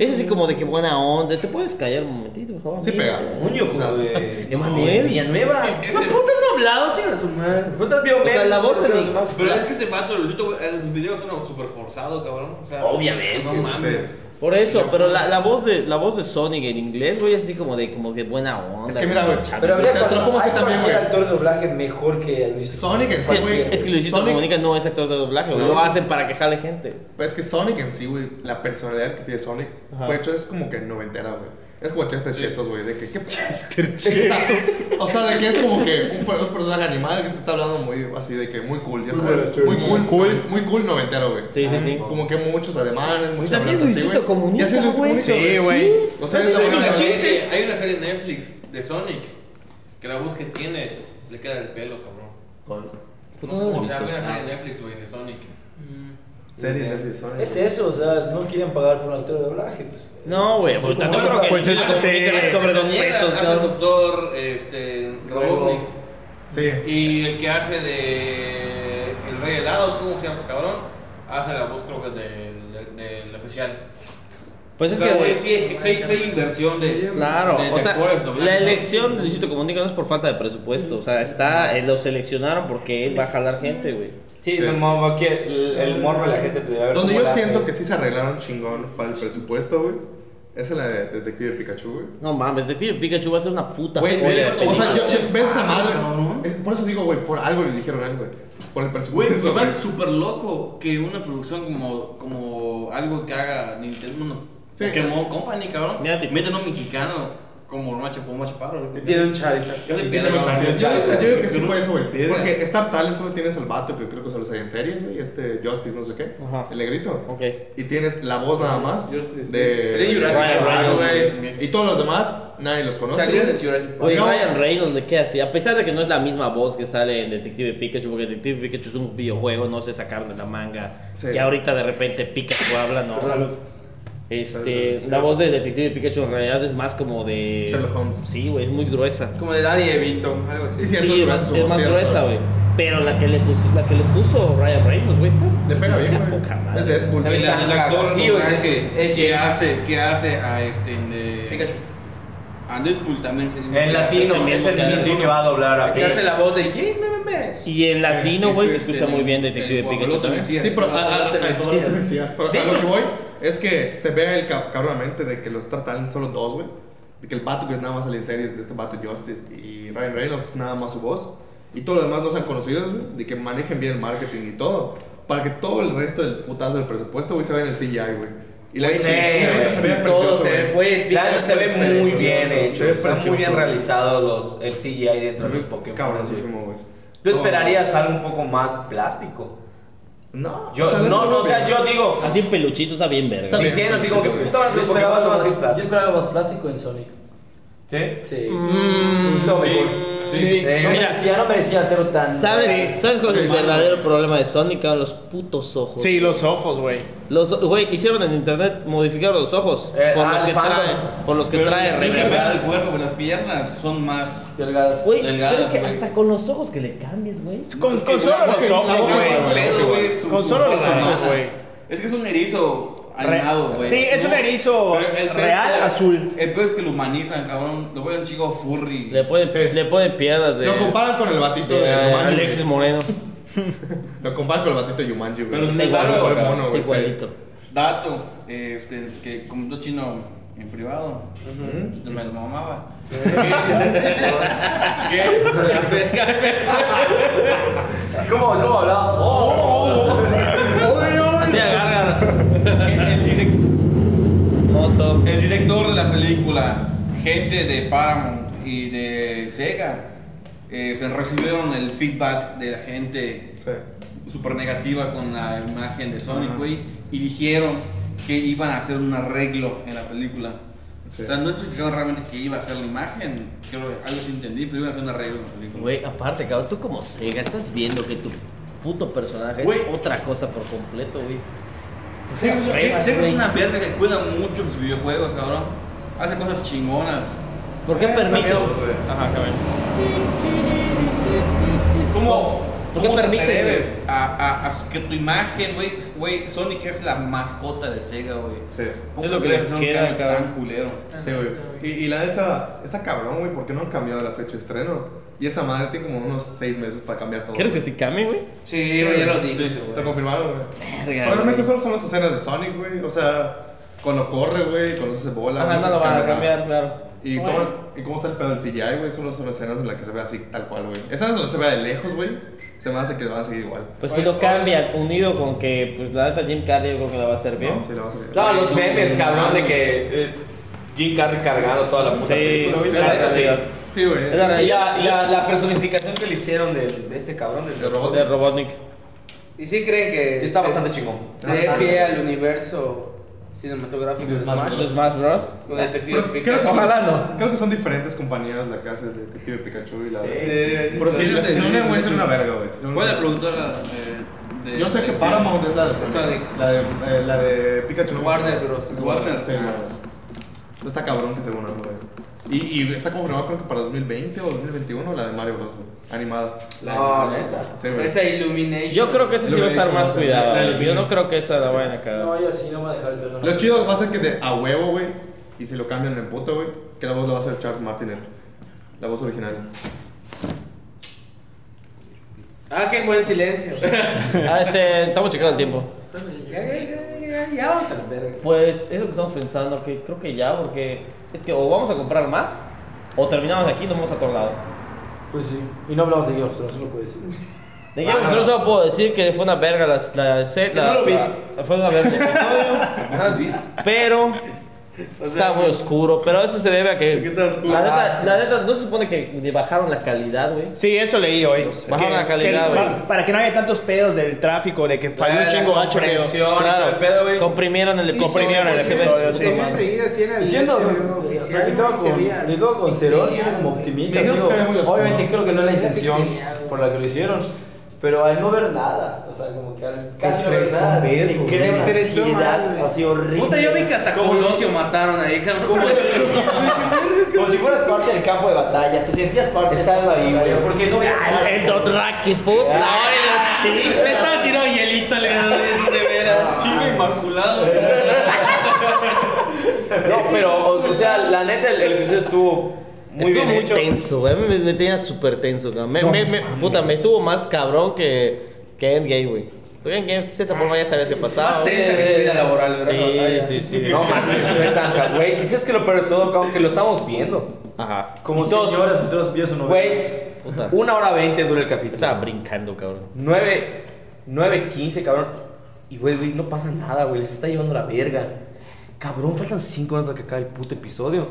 Speaker 2: es así como de que buena onda. Te puedes callar un momentito, por favor?
Speaker 9: Sí pega.
Speaker 3: Coño, güey.
Speaker 2: Emanuel.
Speaker 3: Villanueva.
Speaker 10: Es-
Speaker 3: No,
Speaker 10: es-
Speaker 3: putas doblado, chinga su madre. Putas vio
Speaker 2: O sea,
Speaker 3: memes,
Speaker 2: la voz
Speaker 3: no
Speaker 2: de-
Speaker 3: veo demás.
Speaker 10: Pero es que este vato, Luisito, güey, en sus videos suena súper forzado, cabrón. O sea,
Speaker 3: Obviamente,
Speaker 10: No mames.
Speaker 9: Sí.
Speaker 2: Por eso, pero la, la voz de la voz de Sonic en inglés, güey, es así como de como de buena onda.
Speaker 9: Es que mira, güey,
Speaker 2: como
Speaker 5: Pero habría
Speaker 9: Te atrapo
Speaker 5: cual-
Speaker 9: así
Speaker 5: hay
Speaker 9: también,
Speaker 5: cualquier
Speaker 9: güey.
Speaker 5: actor de doblaje mejor que Luis.
Speaker 9: Sonic en sí,
Speaker 2: Sí,
Speaker 9: güey.
Speaker 2: es que Luisito
Speaker 9: Sonic-
Speaker 2: Comunica no es actor de doblaje, güey.
Speaker 9: No,
Speaker 2: Lo
Speaker 9: sí.
Speaker 2: hacen para que jale gente.
Speaker 9: Pues es que Sonic en sí, güey, la personalidad que tiene Sonic fue hecho es como que noventera, güey. Es como Chester Chetos, güey, de que qué Chester Chetos. o sea, de que es como que un, per- un personaje animal que te está hablando muy así de que muy cool, ya sabes. Muy cool, cool, muy cool noventero, güey.
Speaker 2: Sí, sí, sí.
Speaker 9: Como que muchos alemanes, muchos
Speaker 2: Pues así es
Speaker 9: hablantes así,
Speaker 2: Luisito
Speaker 9: güey. Y
Speaker 2: Comunica,
Speaker 9: así es Luisito
Speaker 2: güey.
Speaker 9: Comunica,
Speaker 2: Sí,
Speaker 9: güey. O sea, es la
Speaker 10: Hay una
Speaker 9: buena-
Speaker 10: serie- Hay una serie en Netflix de Sonic que la voz que tiene le queda el pelo, cabrón. Pues No sé cómo se llama, hay una serie en Netflix, güey, de Sonic.
Speaker 9: serie de Netflix, Sonic.
Speaker 5: Es eso, o sea, no quieren pagar por un actor de doblaje. Pues.
Speaker 2: No, güey, pues
Speaker 5: como-
Speaker 2: yo creo que
Speaker 4: Pues es-
Speaker 2: Luisito
Speaker 10: este,
Speaker 2: Comunica
Speaker 4: sí.
Speaker 2: les cobre dos
Speaker 10: Daniela
Speaker 2: pesos,
Speaker 10: Ah, hace el
Speaker 2: cabrón.
Speaker 10: doctor este, Robotnik.
Speaker 9: Sí.
Speaker 10: Y el que hace de El Rey Helado, ¿cómo se llama ese cabrón? Hace la voz, creo que del, del- del oficial.
Speaker 2: Pues
Speaker 10: o
Speaker 2: es
Speaker 10: sea, güey,
Speaker 2: que
Speaker 10: sí, hay- sí hay- sí hay inversión de.
Speaker 2: Claro,
Speaker 10: de- de
Speaker 2: o sea,
Speaker 10: actores doblajes,
Speaker 2: la
Speaker 10: ¿no?
Speaker 2: elección de Luisito Comunica no es por falta de presupuesto, o sea, está eh, lo seleccionaron porque él va a jalar gente, güey.
Speaker 3: Sí,
Speaker 9: Sí.
Speaker 3: no mames, aquí el, el morro de la gente podría ver.
Speaker 9: Donde
Speaker 3: cómo
Speaker 9: yo
Speaker 3: la hace.
Speaker 9: siento que sí se arreglaron chingón para el presupuesto, güey. Esa es la de Detective Pikachu, güey.
Speaker 2: No mames, Detective Pikachu va a ser una puta
Speaker 9: Güey,
Speaker 2: joya de
Speaker 9: ve- o sea,
Speaker 2: película.
Speaker 9: yo, yo- ves
Speaker 2: ah,
Speaker 9: esa madre. Es- por eso digo, güey, por algo le dijeron algo, güey. Por el
Speaker 10: Güey, se
Speaker 9: presupuesto.
Speaker 10: me
Speaker 9: güey.
Speaker 10: hace súper loco que una producción como, como algo que haga Nintendo, no,
Speaker 9: Sí.
Speaker 10: Pokémon Company, cabrón,
Speaker 2: Mira, tipo.
Speaker 10: meten a un mexicano como Macho Poma Chaparro. güey.
Speaker 3: Tiene un Charizard.
Speaker 10: Ya se
Speaker 9: Yo
Speaker 10: pierde,
Speaker 9: digo
Speaker 10: cabrón.
Speaker 9: yo digo que sí fue eso, güey.
Speaker 10: Piedra.
Speaker 9: Porque Star Talent solo tienes al vato, que creo que solo sale en series, güey. Este Justice, no sé qué.
Speaker 2: Ajá.
Speaker 9: El negrito.
Speaker 2: Ok.
Speaker 9: Y tienes la voz nada más.
Speaker 3: Justice,
Speaker 9: de.
Speaker 3: Sería Jurassic
Speaker 2: Ryan
Speaker 3: Park,
Speaker 2: Reynolds,
Speaker 3: güey.
Speaker 9: Y todos los demás, nadie los conoce.
Speaker 3: Salió
Speaker 9: güey.
Speaker 3: de Jurassic Park.
Speaker 2: Oye,
Speaker 9: Digamos-
Speaker 2: Ryan Reynolds le queda así, a pesar de que no es la misma voz que sale en Detective Pikachu, porque Detective Pikachu es un videojuego, no se sacaron de la manga,
Speaker 9: Sí.
Speaker 2: que ahorita de repente Pikachu habla, no. Este, la voz de Detective Pikachu en realidad es más como de...
Speaker 9: Sherlock Holmes.
Speaker 2: Sí, güey, es muy gruesa.
Speaker 3: Como de Danny DeVito, algo así.
Speaker 9: Sí, cierto,
Speaker 2: Sí, es
Speaker 9: Jurassic
Speaker 2: más,
Speaker 9: Park,
Speaker 2: es más
Speaker 9: tienes
Speaker 2: gruesa,
Speaker 9: razón.
Speaker 2: güey. Pero la que le puso, la que le puso Ryan Reynolds, güey, está...
Speaker 9: Le pega
Speaker 2: qué
Speaker 9: bien, güey.
Speaker 2: poca
Speaker 9: Es
Speaker 2: madre.
Speaker 9: Deadpool.
Speaker 10: El, el actor
Speaker 3: Sí,
Speaker 10: sí,
Speaker 3: güey,
Speaker 10: güey,
Speaker 3: es-
Speaker 10: que,
Speaker 3: es
Speaker 10: que
Speaker 3: James.
Speaker 10: hace, que hace a este de, A Deadpool también se
Speaker 3: En latino, es el mismo que va a doblar a
Speaker 6: Que hace
Speaker 3: Pete.
Speaker 6: la voz de Yes, no mames.
Speaker 2: Y en latino, güey, se
Speaker 10: Este,
Speaker 2: escucha muy bien
Speaker 10: el
Speaker 2: Detective
Speaker 10: Guajolota
Speaker 2: Pikachu
Speaker 9: ¿eh?
Speaker 2: también.
Speaker 10: sí es.
Speaker 9: Sí, pero a, a- a-
Speaker 3: Te
Speaker 9: a-
Speaker 3: decías.
Speaker 9: te decías, pero a
Speaker 3: De
Speaker 9: lo
Speaker 3: hecho,
Speaker 9: que voy es que se ve el cab- cabronamente de que los tratan solo dos, güey. De que el vato que nada más sale en series, este vato Justice y Ryan Reynolds, es nada más su voz. Y todos los demás no sean conocidos, güey. De que manejen bien el marketing y todo. Para que todo el resto del putazo del presupuesto, güey, se vea en el CGI, güey. Y la
Speaker 3: Güey,
Speaker 9: neta
Speaker 3: sí,
Speaker 9: se- y la neta se
Speaker 3: güey,
Speaker 9: ve
Speaker 3: todo
Speaker 9: precioso,
Speaker 3: se ve,
Speaker 9: güey.
Speaker 3: güey,
Speaker 9: La neta
Speaker 3: se ve
Speaker 9: se ve
Speaker 3: muy
Speaker 9: precioso,
Speaker 3: bien
Speaker 9: se ve
Speaker 3: hecho, está muy
Speaker 9: precioso,
Speaker 3: bien
Speaker 9: güey.
Speaker 3: realizado los, el CGI dentro
Speaker 9: Se
Speaker 3: de los
Speaker 9: ve
Speaker 3: Pokémon.
Speaker 9: cabroncísimo, güey.
Speaker 3: ¿Tú
Speaker 9: No.
Speaker 3: esperarías algo un poco más plástico?
Speaker 9: No,
Speaker 3: Yo,
Speaker 9: o sea, la
Speaker 3: no,
Speaker 9: neta
Speaker 3: no, o sea,
Speaker 9: me-
Speaker 3: yo digo,
Speaker 2: Así en peluchito está bien, verga.
Speaker 9: bien.
Speaker 3: diciendo así como que puta,
Speaker 5: Yo
Speaker 3: los Pokémon
Speaker 5: esperaba,
Speaker 3: son
Speaker 5: algo
Speaker 3: más
Speaker 5: más, yo
Speaker 3: plásticos.
Speaker 5: esperaba algo más plástico en Sonic.
Speaker 10: ¿Sí?
Speaker 5: Sí.
Speaker 2: Mm,
Speaker 5: Me gustó
Speaker 2: sí.
Speaker 5: mejor.
Speaker 2: Sí.
Speaker 5: Eh, no
Speaker 2: Mira,
Speaker 5: merecía, no merecía hacerlo tan.
Speaker 2: ¿Sabes,
Speaker 5: Sí.
Speaker 2: ¿sabes cuál es
Speaker 5: Sí,
Speaker 2: el
Speaker 5: mano.
Speaker 2: verdadero problema de Sonic? cabrón? Los putos ojos.
Speaker 4: Sí, los ojos, güey.
Speaker 2: Los, güey, hicieron en internet modificar los ojos.
Speaker 5: Eh,
Speaker 2: por,
Speaker 5: ah,
Speaker 2: los
Speaker 5: el
Speaker 2: que
Speaker 5: Phantom.
Speaker 2: trae, por los que
Speaker 10: Pero
Speaker 2: trae
Speaker 10: en
Speaker 2: Razor.
Speaker 10: realidad el cuerpo, las piernas son más
Speaker 5: delgadas.
Speaker 2: Güey,
Speaker 10: delgadas,
Speaker 2: pero es que
Speaker 10: güey.
Speaker 2: hasta con los ojos que le cambies, güey.
Speaker 4: Con, con solo los ojos,
Speaker 10: Pedo,
Speaker 4: güey.
Speaker 10: güey, su-
Speaker 4: Con
Speaker 10: su
Speaker 4: solo los
Speaker 10: forma
Speaker 4: ojos,
Speaker 10: humana.
Speaker 4: güey.
Speaker 10: Ah, Es que es un erizo
Speaker 4: Re-
Speaker 10: animado, güey.
Speaker 4: Sí, es un
Speaker 10: No,
Speaker 4: erizo
Speaker 10: pero el peor
Speaker 4: real
Speaker 10: es que-
Speaker 4: azul.
Speaker 10: El peor es que lo humanizan, cabrón. Lo vuelven un chico furry.
Speaker 2: Le ponen, le ponen piernas de.
Speaker 9: Lo comparan con el batito
Speaker 2: de,
Speaker 9: de Román, güey.
Speaker 2: Alexis Moreno.
Speaker 9: Lo comparan con el batito de Yumanji, güey.
Speaker 10: Pero
Speaker 9: es
Speaker 10: sin embargo,
Speaker 9: mono,
Speaker 2: Es
Speaker 9: güey. sí.
Speaker 2: igualito.
Speaker 10: Dato, este, que comentó Chino en privado. Me lo mamaba. ¿Qué?
Speaker 5: ¿Cómo, cómo hablaba? Oh, oh, oh. Uy, uy.
Speaker 2: Así agarras.
Speaker 10: Que el, direc-
Speaker 2: Moto.
Speaker 10: el director de la película, gente de Paramount y de Sega, eh, se recibieron el feedback de la gente
Speaker 9: Sí.
Speaker 10: súper negativa con la imagen de Sonic, güey, y dijeron que iban a hacer un arreglo en la película.
Speaker 9: Sí.
Speaker 10: O sea, no especificaron realmente que iba a ser la imagen, creo que algo sí entendí, pero iban a hacer un arreglo en la película.
Speaker 2: Güey, aparte, cabrón, tú como Sega estás viendo que tu puto personaje
Speaker 10: Güey.
Speaker 2: es otra cosa por completo, güey.
Speaker 10: Sega es-
Speaker 2: Arreglas,
Speaker 10: Sega- Sega es
Speaker 2: güey.
Speaker 10: una verga que cuida mucho sus videojuegos, cabrón. Hace cosas chingonas.
Speaker 2: ¿Por qué permites?
Speaker 4: Ajá, cabrón.
Speaker 10: ¿Cómo,
Speaker 2: ¿Por qué
Speaker 10: cómo te
Speaker 2: permites, güey?
Speaker 10: atreves a, a- a que tu imagen, güey, güey, Sonic es la mascota de Sega, güey?
Speaker 9: Sí.
Speaker 10: ¿Cómo
Speaker 1: Es lo que
Speaker 10: atreves
Speaker 1: les
Speaker 10: a hacer
Speaker 1: queda,
Speaker 10: un cambio
Speaker 1: cabrón.
Speaker 10: tan culero?
Speaker 9: Sí, güey. Y, y la neta, está cabrón, güey, ¿por qué no han cambiado la fecha de estreno? Y esa madre tiene como unos seis meses para cambiar todo.
Speaker 1: ¿Quieres que sí cambie, güey?
Speaker 10: Sí, güey, ya lo dije,
Speaker 9: Sí,
Speaker 10: güey.
Speaker 9: Lo confirmaron, güey.
Speaker 2: Verga,
Speaker 9: Pero realmente
Speaker 2: Eh, güey.
Speaker 9: solo son las escenas de Sonic, güey. O sea, cuando corre, güey, cuando se hace bola.
Speaker 2: Ajá,
Speaker 9: güey,
Speaker 2: no
Speaker 9: se
Speaker 2: lo van a
Speaker 9: cambia nada.
Speaker 2: cambiar, claro.
Speaker 9: Y, cómo, y cómo está el pedo del CGI, güey. Solo son escenas en las que se ve así, tal cual, güey. Escenas donde se ve de lejos, güey. Se me hace que van a seguir igual.
Speaker 2: Pues si lo cambian, unido con que, pues la neta, Jim Carrey yo creo que la va a hacer bien.
Speaker 9: No, sí, lo vas a seguir.
Speaker 3: No, los memes, cabrón, de que eh, Jim Carrey cargando toda la puta
Speaker 2: Sí,
Speaker 3: película. güey.
Speaker 2: sí,
Speaker 3: La
Speaker 2: la
Speaker 3: neta, sí.
Speaker 2: realidad.
Speaker 9: Sí, güey.
Speaker 2: Es la
Speaker 3: Y
Speaker 2: realidad
Speaker 3: la, y la- la personificación que le hicieron del- de, este cabrón, del-
Speaker 9: El robot.
Speaker 2: de Robotnik.
Speaker 6: ¿Y sí creen que
Speaker 3: está
Speaker 6: se-
Speaker 3: bastante chingón.
Speaker 6: se dé pie al universo cinematográfico de Smash?
Speaker 2: Los Smash Bros.
Speaker 6: Con Detective
Speaker 9: Pero creo
Speaker 6: Pikachu.
Speaker 9: que son-
Speaker 5: Ojalá no.
Speaker 9: Creo que son diferentes compañías la casa de Detective Pikachu y la de.
Speaker 6: Sí.
Speaker 9: Pero si
Speaker 10: Sí,
Speaker 9: la
Speaker 10: sí, sí,
Speaker 9: sesión
Speaker 10: sí,
Speaker 9: de es
Speaker 10: sí.
Speaker 9: una verga, güey. si son
Speaker 10: ¿Cuál es
Speaker 9: una-
Speaker 10: la productora eh, de,
Speaker 9: Yo sé que
Speaker 10: de-
Speaker 9: Paramount es la de
Speaker 6: Sonic.
Speaker 9: Sonic. La de, eh, la de Pikachu. ¿no?
Speaker 6: Warner Bros.
Speaker 10: Warner.
Speaker 9: Sí, Warner. No está cabrón que se una, güey. Y, y está confirmado creo que para 2020 o 2021 la de Mario Bros. güey, Animada. Ah,
Speaker 6: La
Speaker 3: No,
Speaker 6: neta.
Speaker 9: Sí, güey.
Speaker 6: Esa Illumination.
Speaker 2: Yo creo que esa sí va a estar más cuidada. güey. Yo no creo que esa la vayan a cagar.
Speaker 5: No, yo sí no me voy a dejar que no.
Speaker 9: Lo chido va a ser que de a huevo, güey. Y si lo cambian en puto, güey. Que la voz la va a hacer Charles Martinet. La voz original.
Speaker 6: Ah, qué buen silencio. ya,
Speaker 2: Ah, este, estamos checando el tiempo.
Speaker 6: ya, ya, ya, ya vamos a la verga.
Speaker 2: Pues es lo que estamos pensando, que creo que ya, porque es que o vamos a comprar más, o terminamos aquí y no hemos acordado.
Speaker 5: Pues sí. Y no hablamos de Game of Thrones, no puede decir.
Speaker 2: De Game of Thrones solo puedo decir que fue una verga la, la set, la- la- fue una verga el episodio,
Speaker 6: Ah, dice.
Speaker 2: pero está muy oscuro, pero eso se debe a que...
Speaker 9: Que está oscuro.
Speaker 2: La neta,
Speaker 9: Ah, sí.
Speaker 2: la neta, no se supone que le bajaron la calidad, güey.
Speaker 4: Sí, eso leí hoy.
Speaker 2: Bajaron
Speaker 4: Que-
Speaker 2: la calidad,
Speaker 4: que-
Speaker 2: güey.
Speaker 4: Para que no haya tantos pedos del tráfico, de que falló un chingo
Speaker 3: La
Speaker 4: HBO.
Speaker 3: comprensión y todo el pedo, güey.
Speaker 2: Claro, comprimieron el
Speaker 8: Sí,
Speaker 2: episodio.
Speaker 4: comprimieron el
Speaker 2: se ve
Speaker 4: episodio, sí.
Speaker 2: su puta
Speaker 8: Según
Speaker 2: madre.
Speaker 8: seguida, sí era el
Speaker 5: Diciendo,
Speaker 8: HBO oficial,
Speaker 5: platicaba
Speaker 8: güey, se
Speaker 5: con,
Speaker 8: veía
Speaker 5: platicaba con Cerón, siendo como optimista.
Speaker 9: Me dijeron
Speaker 5: digo,
Speaker 9: que se ve muy oscuro.
Speaker 5: obviamente creo que no es la
Speaker 8: Era
Speaker 5: intención
Speaker 8: pixeleado.
Speaker 5: por la que lo hicieron, pero al no ver nada, o sea, como que al casi no ver
Speaker 3: estresó
Speaker 5: nada,
Speaker 3: un vergo,
Speaker 5: te crea una
Speaker 8: me estresó
Speaker 5: ansiedad
Speaker 8: más,
Speaker 5: así horrible.
Speaker 6: Puta, yo vi que hasta Colosio mataron ahí, cabrón. ¿Cómo es?
Speaker 5: Como si fueras parte del campo de batalla, te sentías parte
Speaker 3: Está en la
Speaker 5: del campo de
Speaker 3: Biblia.
Speaker 5: batalla, porque no veías
Speaker 2: Ah,
Speaker 5: nada.
Speaker 2: el Dothraki, pues, no, el chile.
Speaker 6: Me estaba tirando hielito, le ganó eso de veras.
Speaker 10: Chino Inmaculado, güey.
Speaker 3: No, pero, o, o sea, la neta, el, el episodio estuvo muy
Speaker 2: estuvo
Speaker 3: bien
Speaker 2: muy
Speaker 3: hecho.
Speaker 2: tenso, güey. A mí me, me tenía súper tenso, güey. Me, me- me- puta, me estuvo más cabrón que, que Endgame, güey. Porque Endgame, de cierta forma, ya sabías qué pasaba.
Speaker 6: Más
Speaker 2: güey.
Speaker 6: tensa que tu vida laboral, ¿verdad? La batalla.
Speaker 2: Sí, sí, sí.
Speaker 3: No mames, fue tan ca- güey. Y si es que lo peor de todo, cabrón, que lo estamos viendo.
Speaker 2: Ajá.
Speaker 5: Como
Speaker 3: Y todos-
Speaker 5: señoras, metieron los pies o no.
Speaker 3: Güey,
Speaker 2: Puta.
Speaker 3: una hora veinte dura el
Speaker 2: Yo
Speaker 3: capítulo.
Speaker 2: Estaba brincando, cabrón.
Speaker 3: 9, 9, 15, cabrón. Y, güey, güey, no pasa nada, güey. Se está llevando la verga. Cabrón, faltan 5 minutos para que acabe el puto episodio.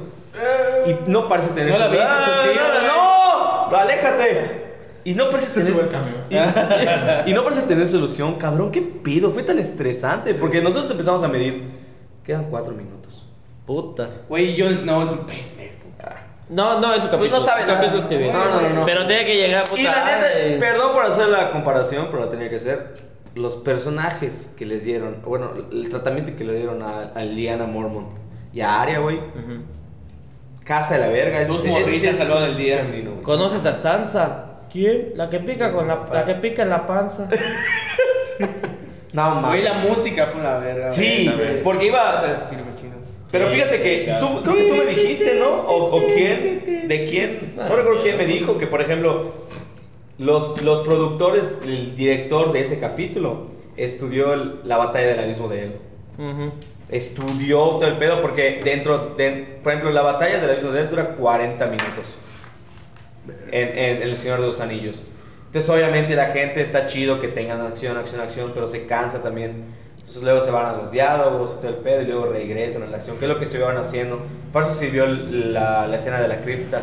Speaker 3: Y no parece tener
Speaker 4: No la viste, tu tío,
Speaker 3: ¡No,
Speaker 4: güey.
Speaker 3: no, no! ¡Aléjate! Y no parece tener...
Speaker 9: sube el camión.
Speaker 3: Y, y no parece tener solución, cabrón. ¿Qué pido? Fue tan estresante. Porque nosotros empezamos a medir. Quedan 4 minutos.
Speaker 2: Puta.
Speaker 6: Güey, Jon Snow es un pendejo.
Speaker 2: No, no, es un capítulo.
Speaker 3: Pues no sabe nada.
Speaker 2: capítulo que vi.
Speaker 3: No, no, no, no.
Speaker 2: Pero tenía que llegar puta.
Speaker 3: Y la neta,
Speaker 2: ay.
Speaker 3: perdón por hacer la comparación, pero la tenía que hacer. Los personajes que les dieron, bueno, el tratamiento que le dieron a, a Liana Mormont y a Arya, güey. Casa de la verga.
Speaker 6: Dos
Speaker 3: sí- sí
Speaker 6: morritas
Speaker 3: es
Speaker 6: salvaron
Speaker 3: un
Speaker 6: el día.
Speaker 3: femenino, güey.
Speaker 2: ¿Conoces a Sansa? ¿Quién? La que pica con la, la que pica en la panza.
Speaker 3: No,
Speaker 6: Güey,
Speaker 3: mames.
Speaker 6: la música fue una verga.
Speaker 3: Sí,
Speaker 6: güey.
Speaker 3: porque iba. Pero
Speaker 2: Sí,
Speaker 3: fíjate
Speaker 2: sí,
Speaker 3: que
Speaker 2: claro.
Speaker 3: tú, creo que tú me dijiste, ¿no? O, o quién, de quién,
Speaker 6: Ah,
Speaker 3: no recuerdo quién me dijo que, por ejemplo, los, los productores, el director de ese capítulo, estudió el- la batalla del abismo de él.
Speaker 2: Ujú.
Speaker 3: Estudió todo el pedo porque dentro, de, por ejemplo, la batalla del abismo de él dura 40 minutos en, en El Señor de los Anillos. Entonces, obviamente, la gente está chido que tengan acción, acción, acción, pero se cansa también. Entonces, luego se van a los diálogos, todo el pedo, y luego regresan a la acción, que es lo que estuvieron haciendo. Por eso sirvió la, la escena de la cripta.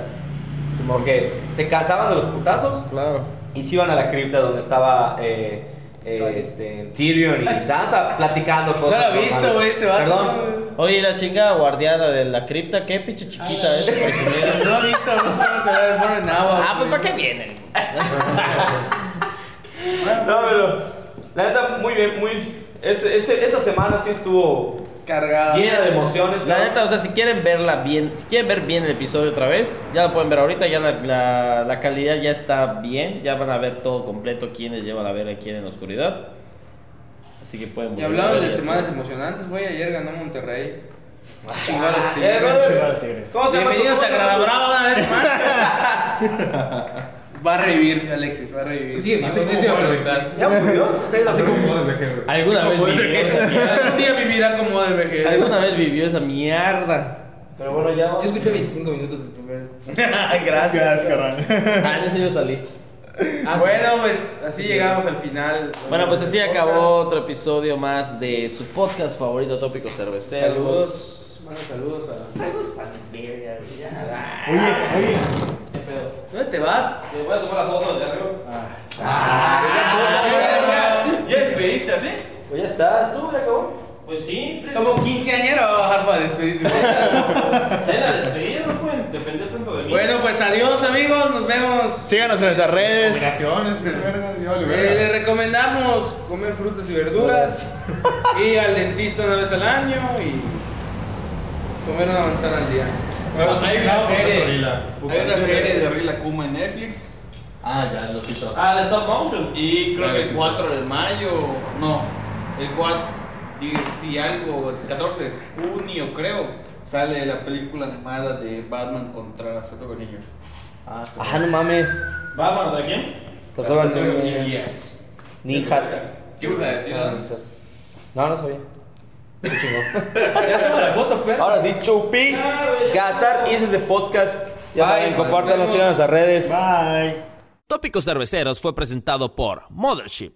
Speaker 3: Porque se cansaban de los putazos
Speaker 2: Claro.
Speaker 3: y se iban a la cripta donde estaba eh, eh, este, Tyrion y Sansa platicando cosas.
Speaker 6: No lo he visto,
Speaker 3: normales.
Speaker 6: güey, este vato.
Speaker 3: Perdón.
Speaker 2: Oye, ¿y la chingada guardiana de la cripta, qué pinche chiquita
Speaker 3: Ah.
Speaker 2: es.
Speaker 6: No lo he visto, no podemos hablar de Mormon Nava.
Speaker 2: ah, pues ¿para qué vienen?
Speaker 3: No, pero la neta, muy bien, muy. este- este- esta semana sí estuvo
Speaker 6: Cargada.
Speaker 3: llena de emociones.
Speaker 2: La
Speaker 3: cabrón.
Speaker 2: neta, o sea, si quieren verla bien, si quieren ver bien el episodio otra vez, ya lo pueden ver ahorita, ya la, la- la calidad ya está bien, ya van a ver todo completo, quiénes llevan a ver a quién en la oscuridad. Así que pueden
Speaker 6: Y
Speaker 2: volver a
Speaker 6: hablando de
Speaker 2: verla,
Speaker 6: semanas emocionantes, güey, ayer ganó Monterrey.
Speaker 3: Eh, brother,
Speaker 6: Bienvenidos a
Speaker 3: ¿Cómo se llama? tu- cómo se llama tu-
Speaker 6: Gradabrava una vez más. va a revivir, Alexis, va a revivir.
Speaker 10: Sí, eso eso iba a preguntar.
Speaker 3: ¿Ya murió?
Speaker 9: Así como joder, vejero, güey.
Speaker 2: sí. ¿Alguna vez vivió esa
Speaker 6: Algún día vivirá como de
Speaker 2: mierda?
Speaker 6: vejez.
Speaker 2: ¿Alguna vez vivió esa mierda?
Speaker 5: Pero bueno, ya
Speaker 10: Yo
Speaker 5: vamos.
Speaker 10: escuché 25 minutos el primer.
Speaker 6: Gracias.
Speaker 2: Ah, en ese yo salí.
Speaker 10: Ah, sí.
Speaker 6: Bueno, pues así llegamos al final.
Speaker 2: Bueno, pues así
Speaker 6: Del podcast.
Speaker 2: acabó otro episodio más de su podcast favorito, Tópico Cervecero.
Speaker 6: Saludos. Bueno, saludos a. Saludos para ya.
Speaker 7: Oye, oye.
Speaker 6: ¿Dónde te vas? Ah,
Speaker 2: Te Eh, voy a tomar la foto Ah, de arriba.
Speaker 10: ¿Ya despediste así?
Speaker 5: Pues ya está, estuvo, ya acabó.
Speaker 2: Pues sí,
Speaker 6: Como quinceañero va a bajar para despedirse.
Speaker 2: te la despedida, no pueden depender tanto de mí.
Speaker 6: bueno, pues adiós, amigos. Nos vemos.
Speaker 4: Síganos en nuestras redes.
Speaker 9: Combinaciones, qué verga, yo vale,
Speaker 6: Eh,
Speaker 9: verga.
Speaker 6: les recomendamos comer frutas y verduras. ir al dentista una vez al año y comer una manzana al día.
Speaker 10: Bueno, hay una serie.
Speaker 9: Gorila.
Speaker 10: Hay una serie de Gorila Kuma en Netflix.
Speaker 9: Ah, ya, lo quito.
Speaker 10: Ah, la stop motion. Y creo
Speaker 9: Ah,
Speaker 10: que el
Speaker 9: sí.
Speaker 10: 4 de mayo, no, el 4, si algo, el 14 de junio creo, sale la película animada de Batman contra las niños.
Speaker 3: Ah, no mames.
Speaker 2: ¿Vamos a quién?
Speaker 3: Las tortugas
Speaker 10: Tortugas
Speaker 3: ninjas.
Speaker 10: Ninjas.
Speaker 3: Ninjas.
Speaker 10: ¿Qué vas a decir?
Speaker 3: Ah,
Speaker 10: Adam?
Speaker 3: ninjas. No, no sabía. Qué chingón.
Speaker 6: Ya toma la foto, pues.
Speaker 3: Ahora sí, chupi. Gastar hice ese podcast.
Speaker 6: Bye.
Speaker 3: Ya saben, compártanlo, síganos en las redes.
Speaker 7: Bye.
Speaker 1: Tópicos Cerveceros fue presentado por Mothership.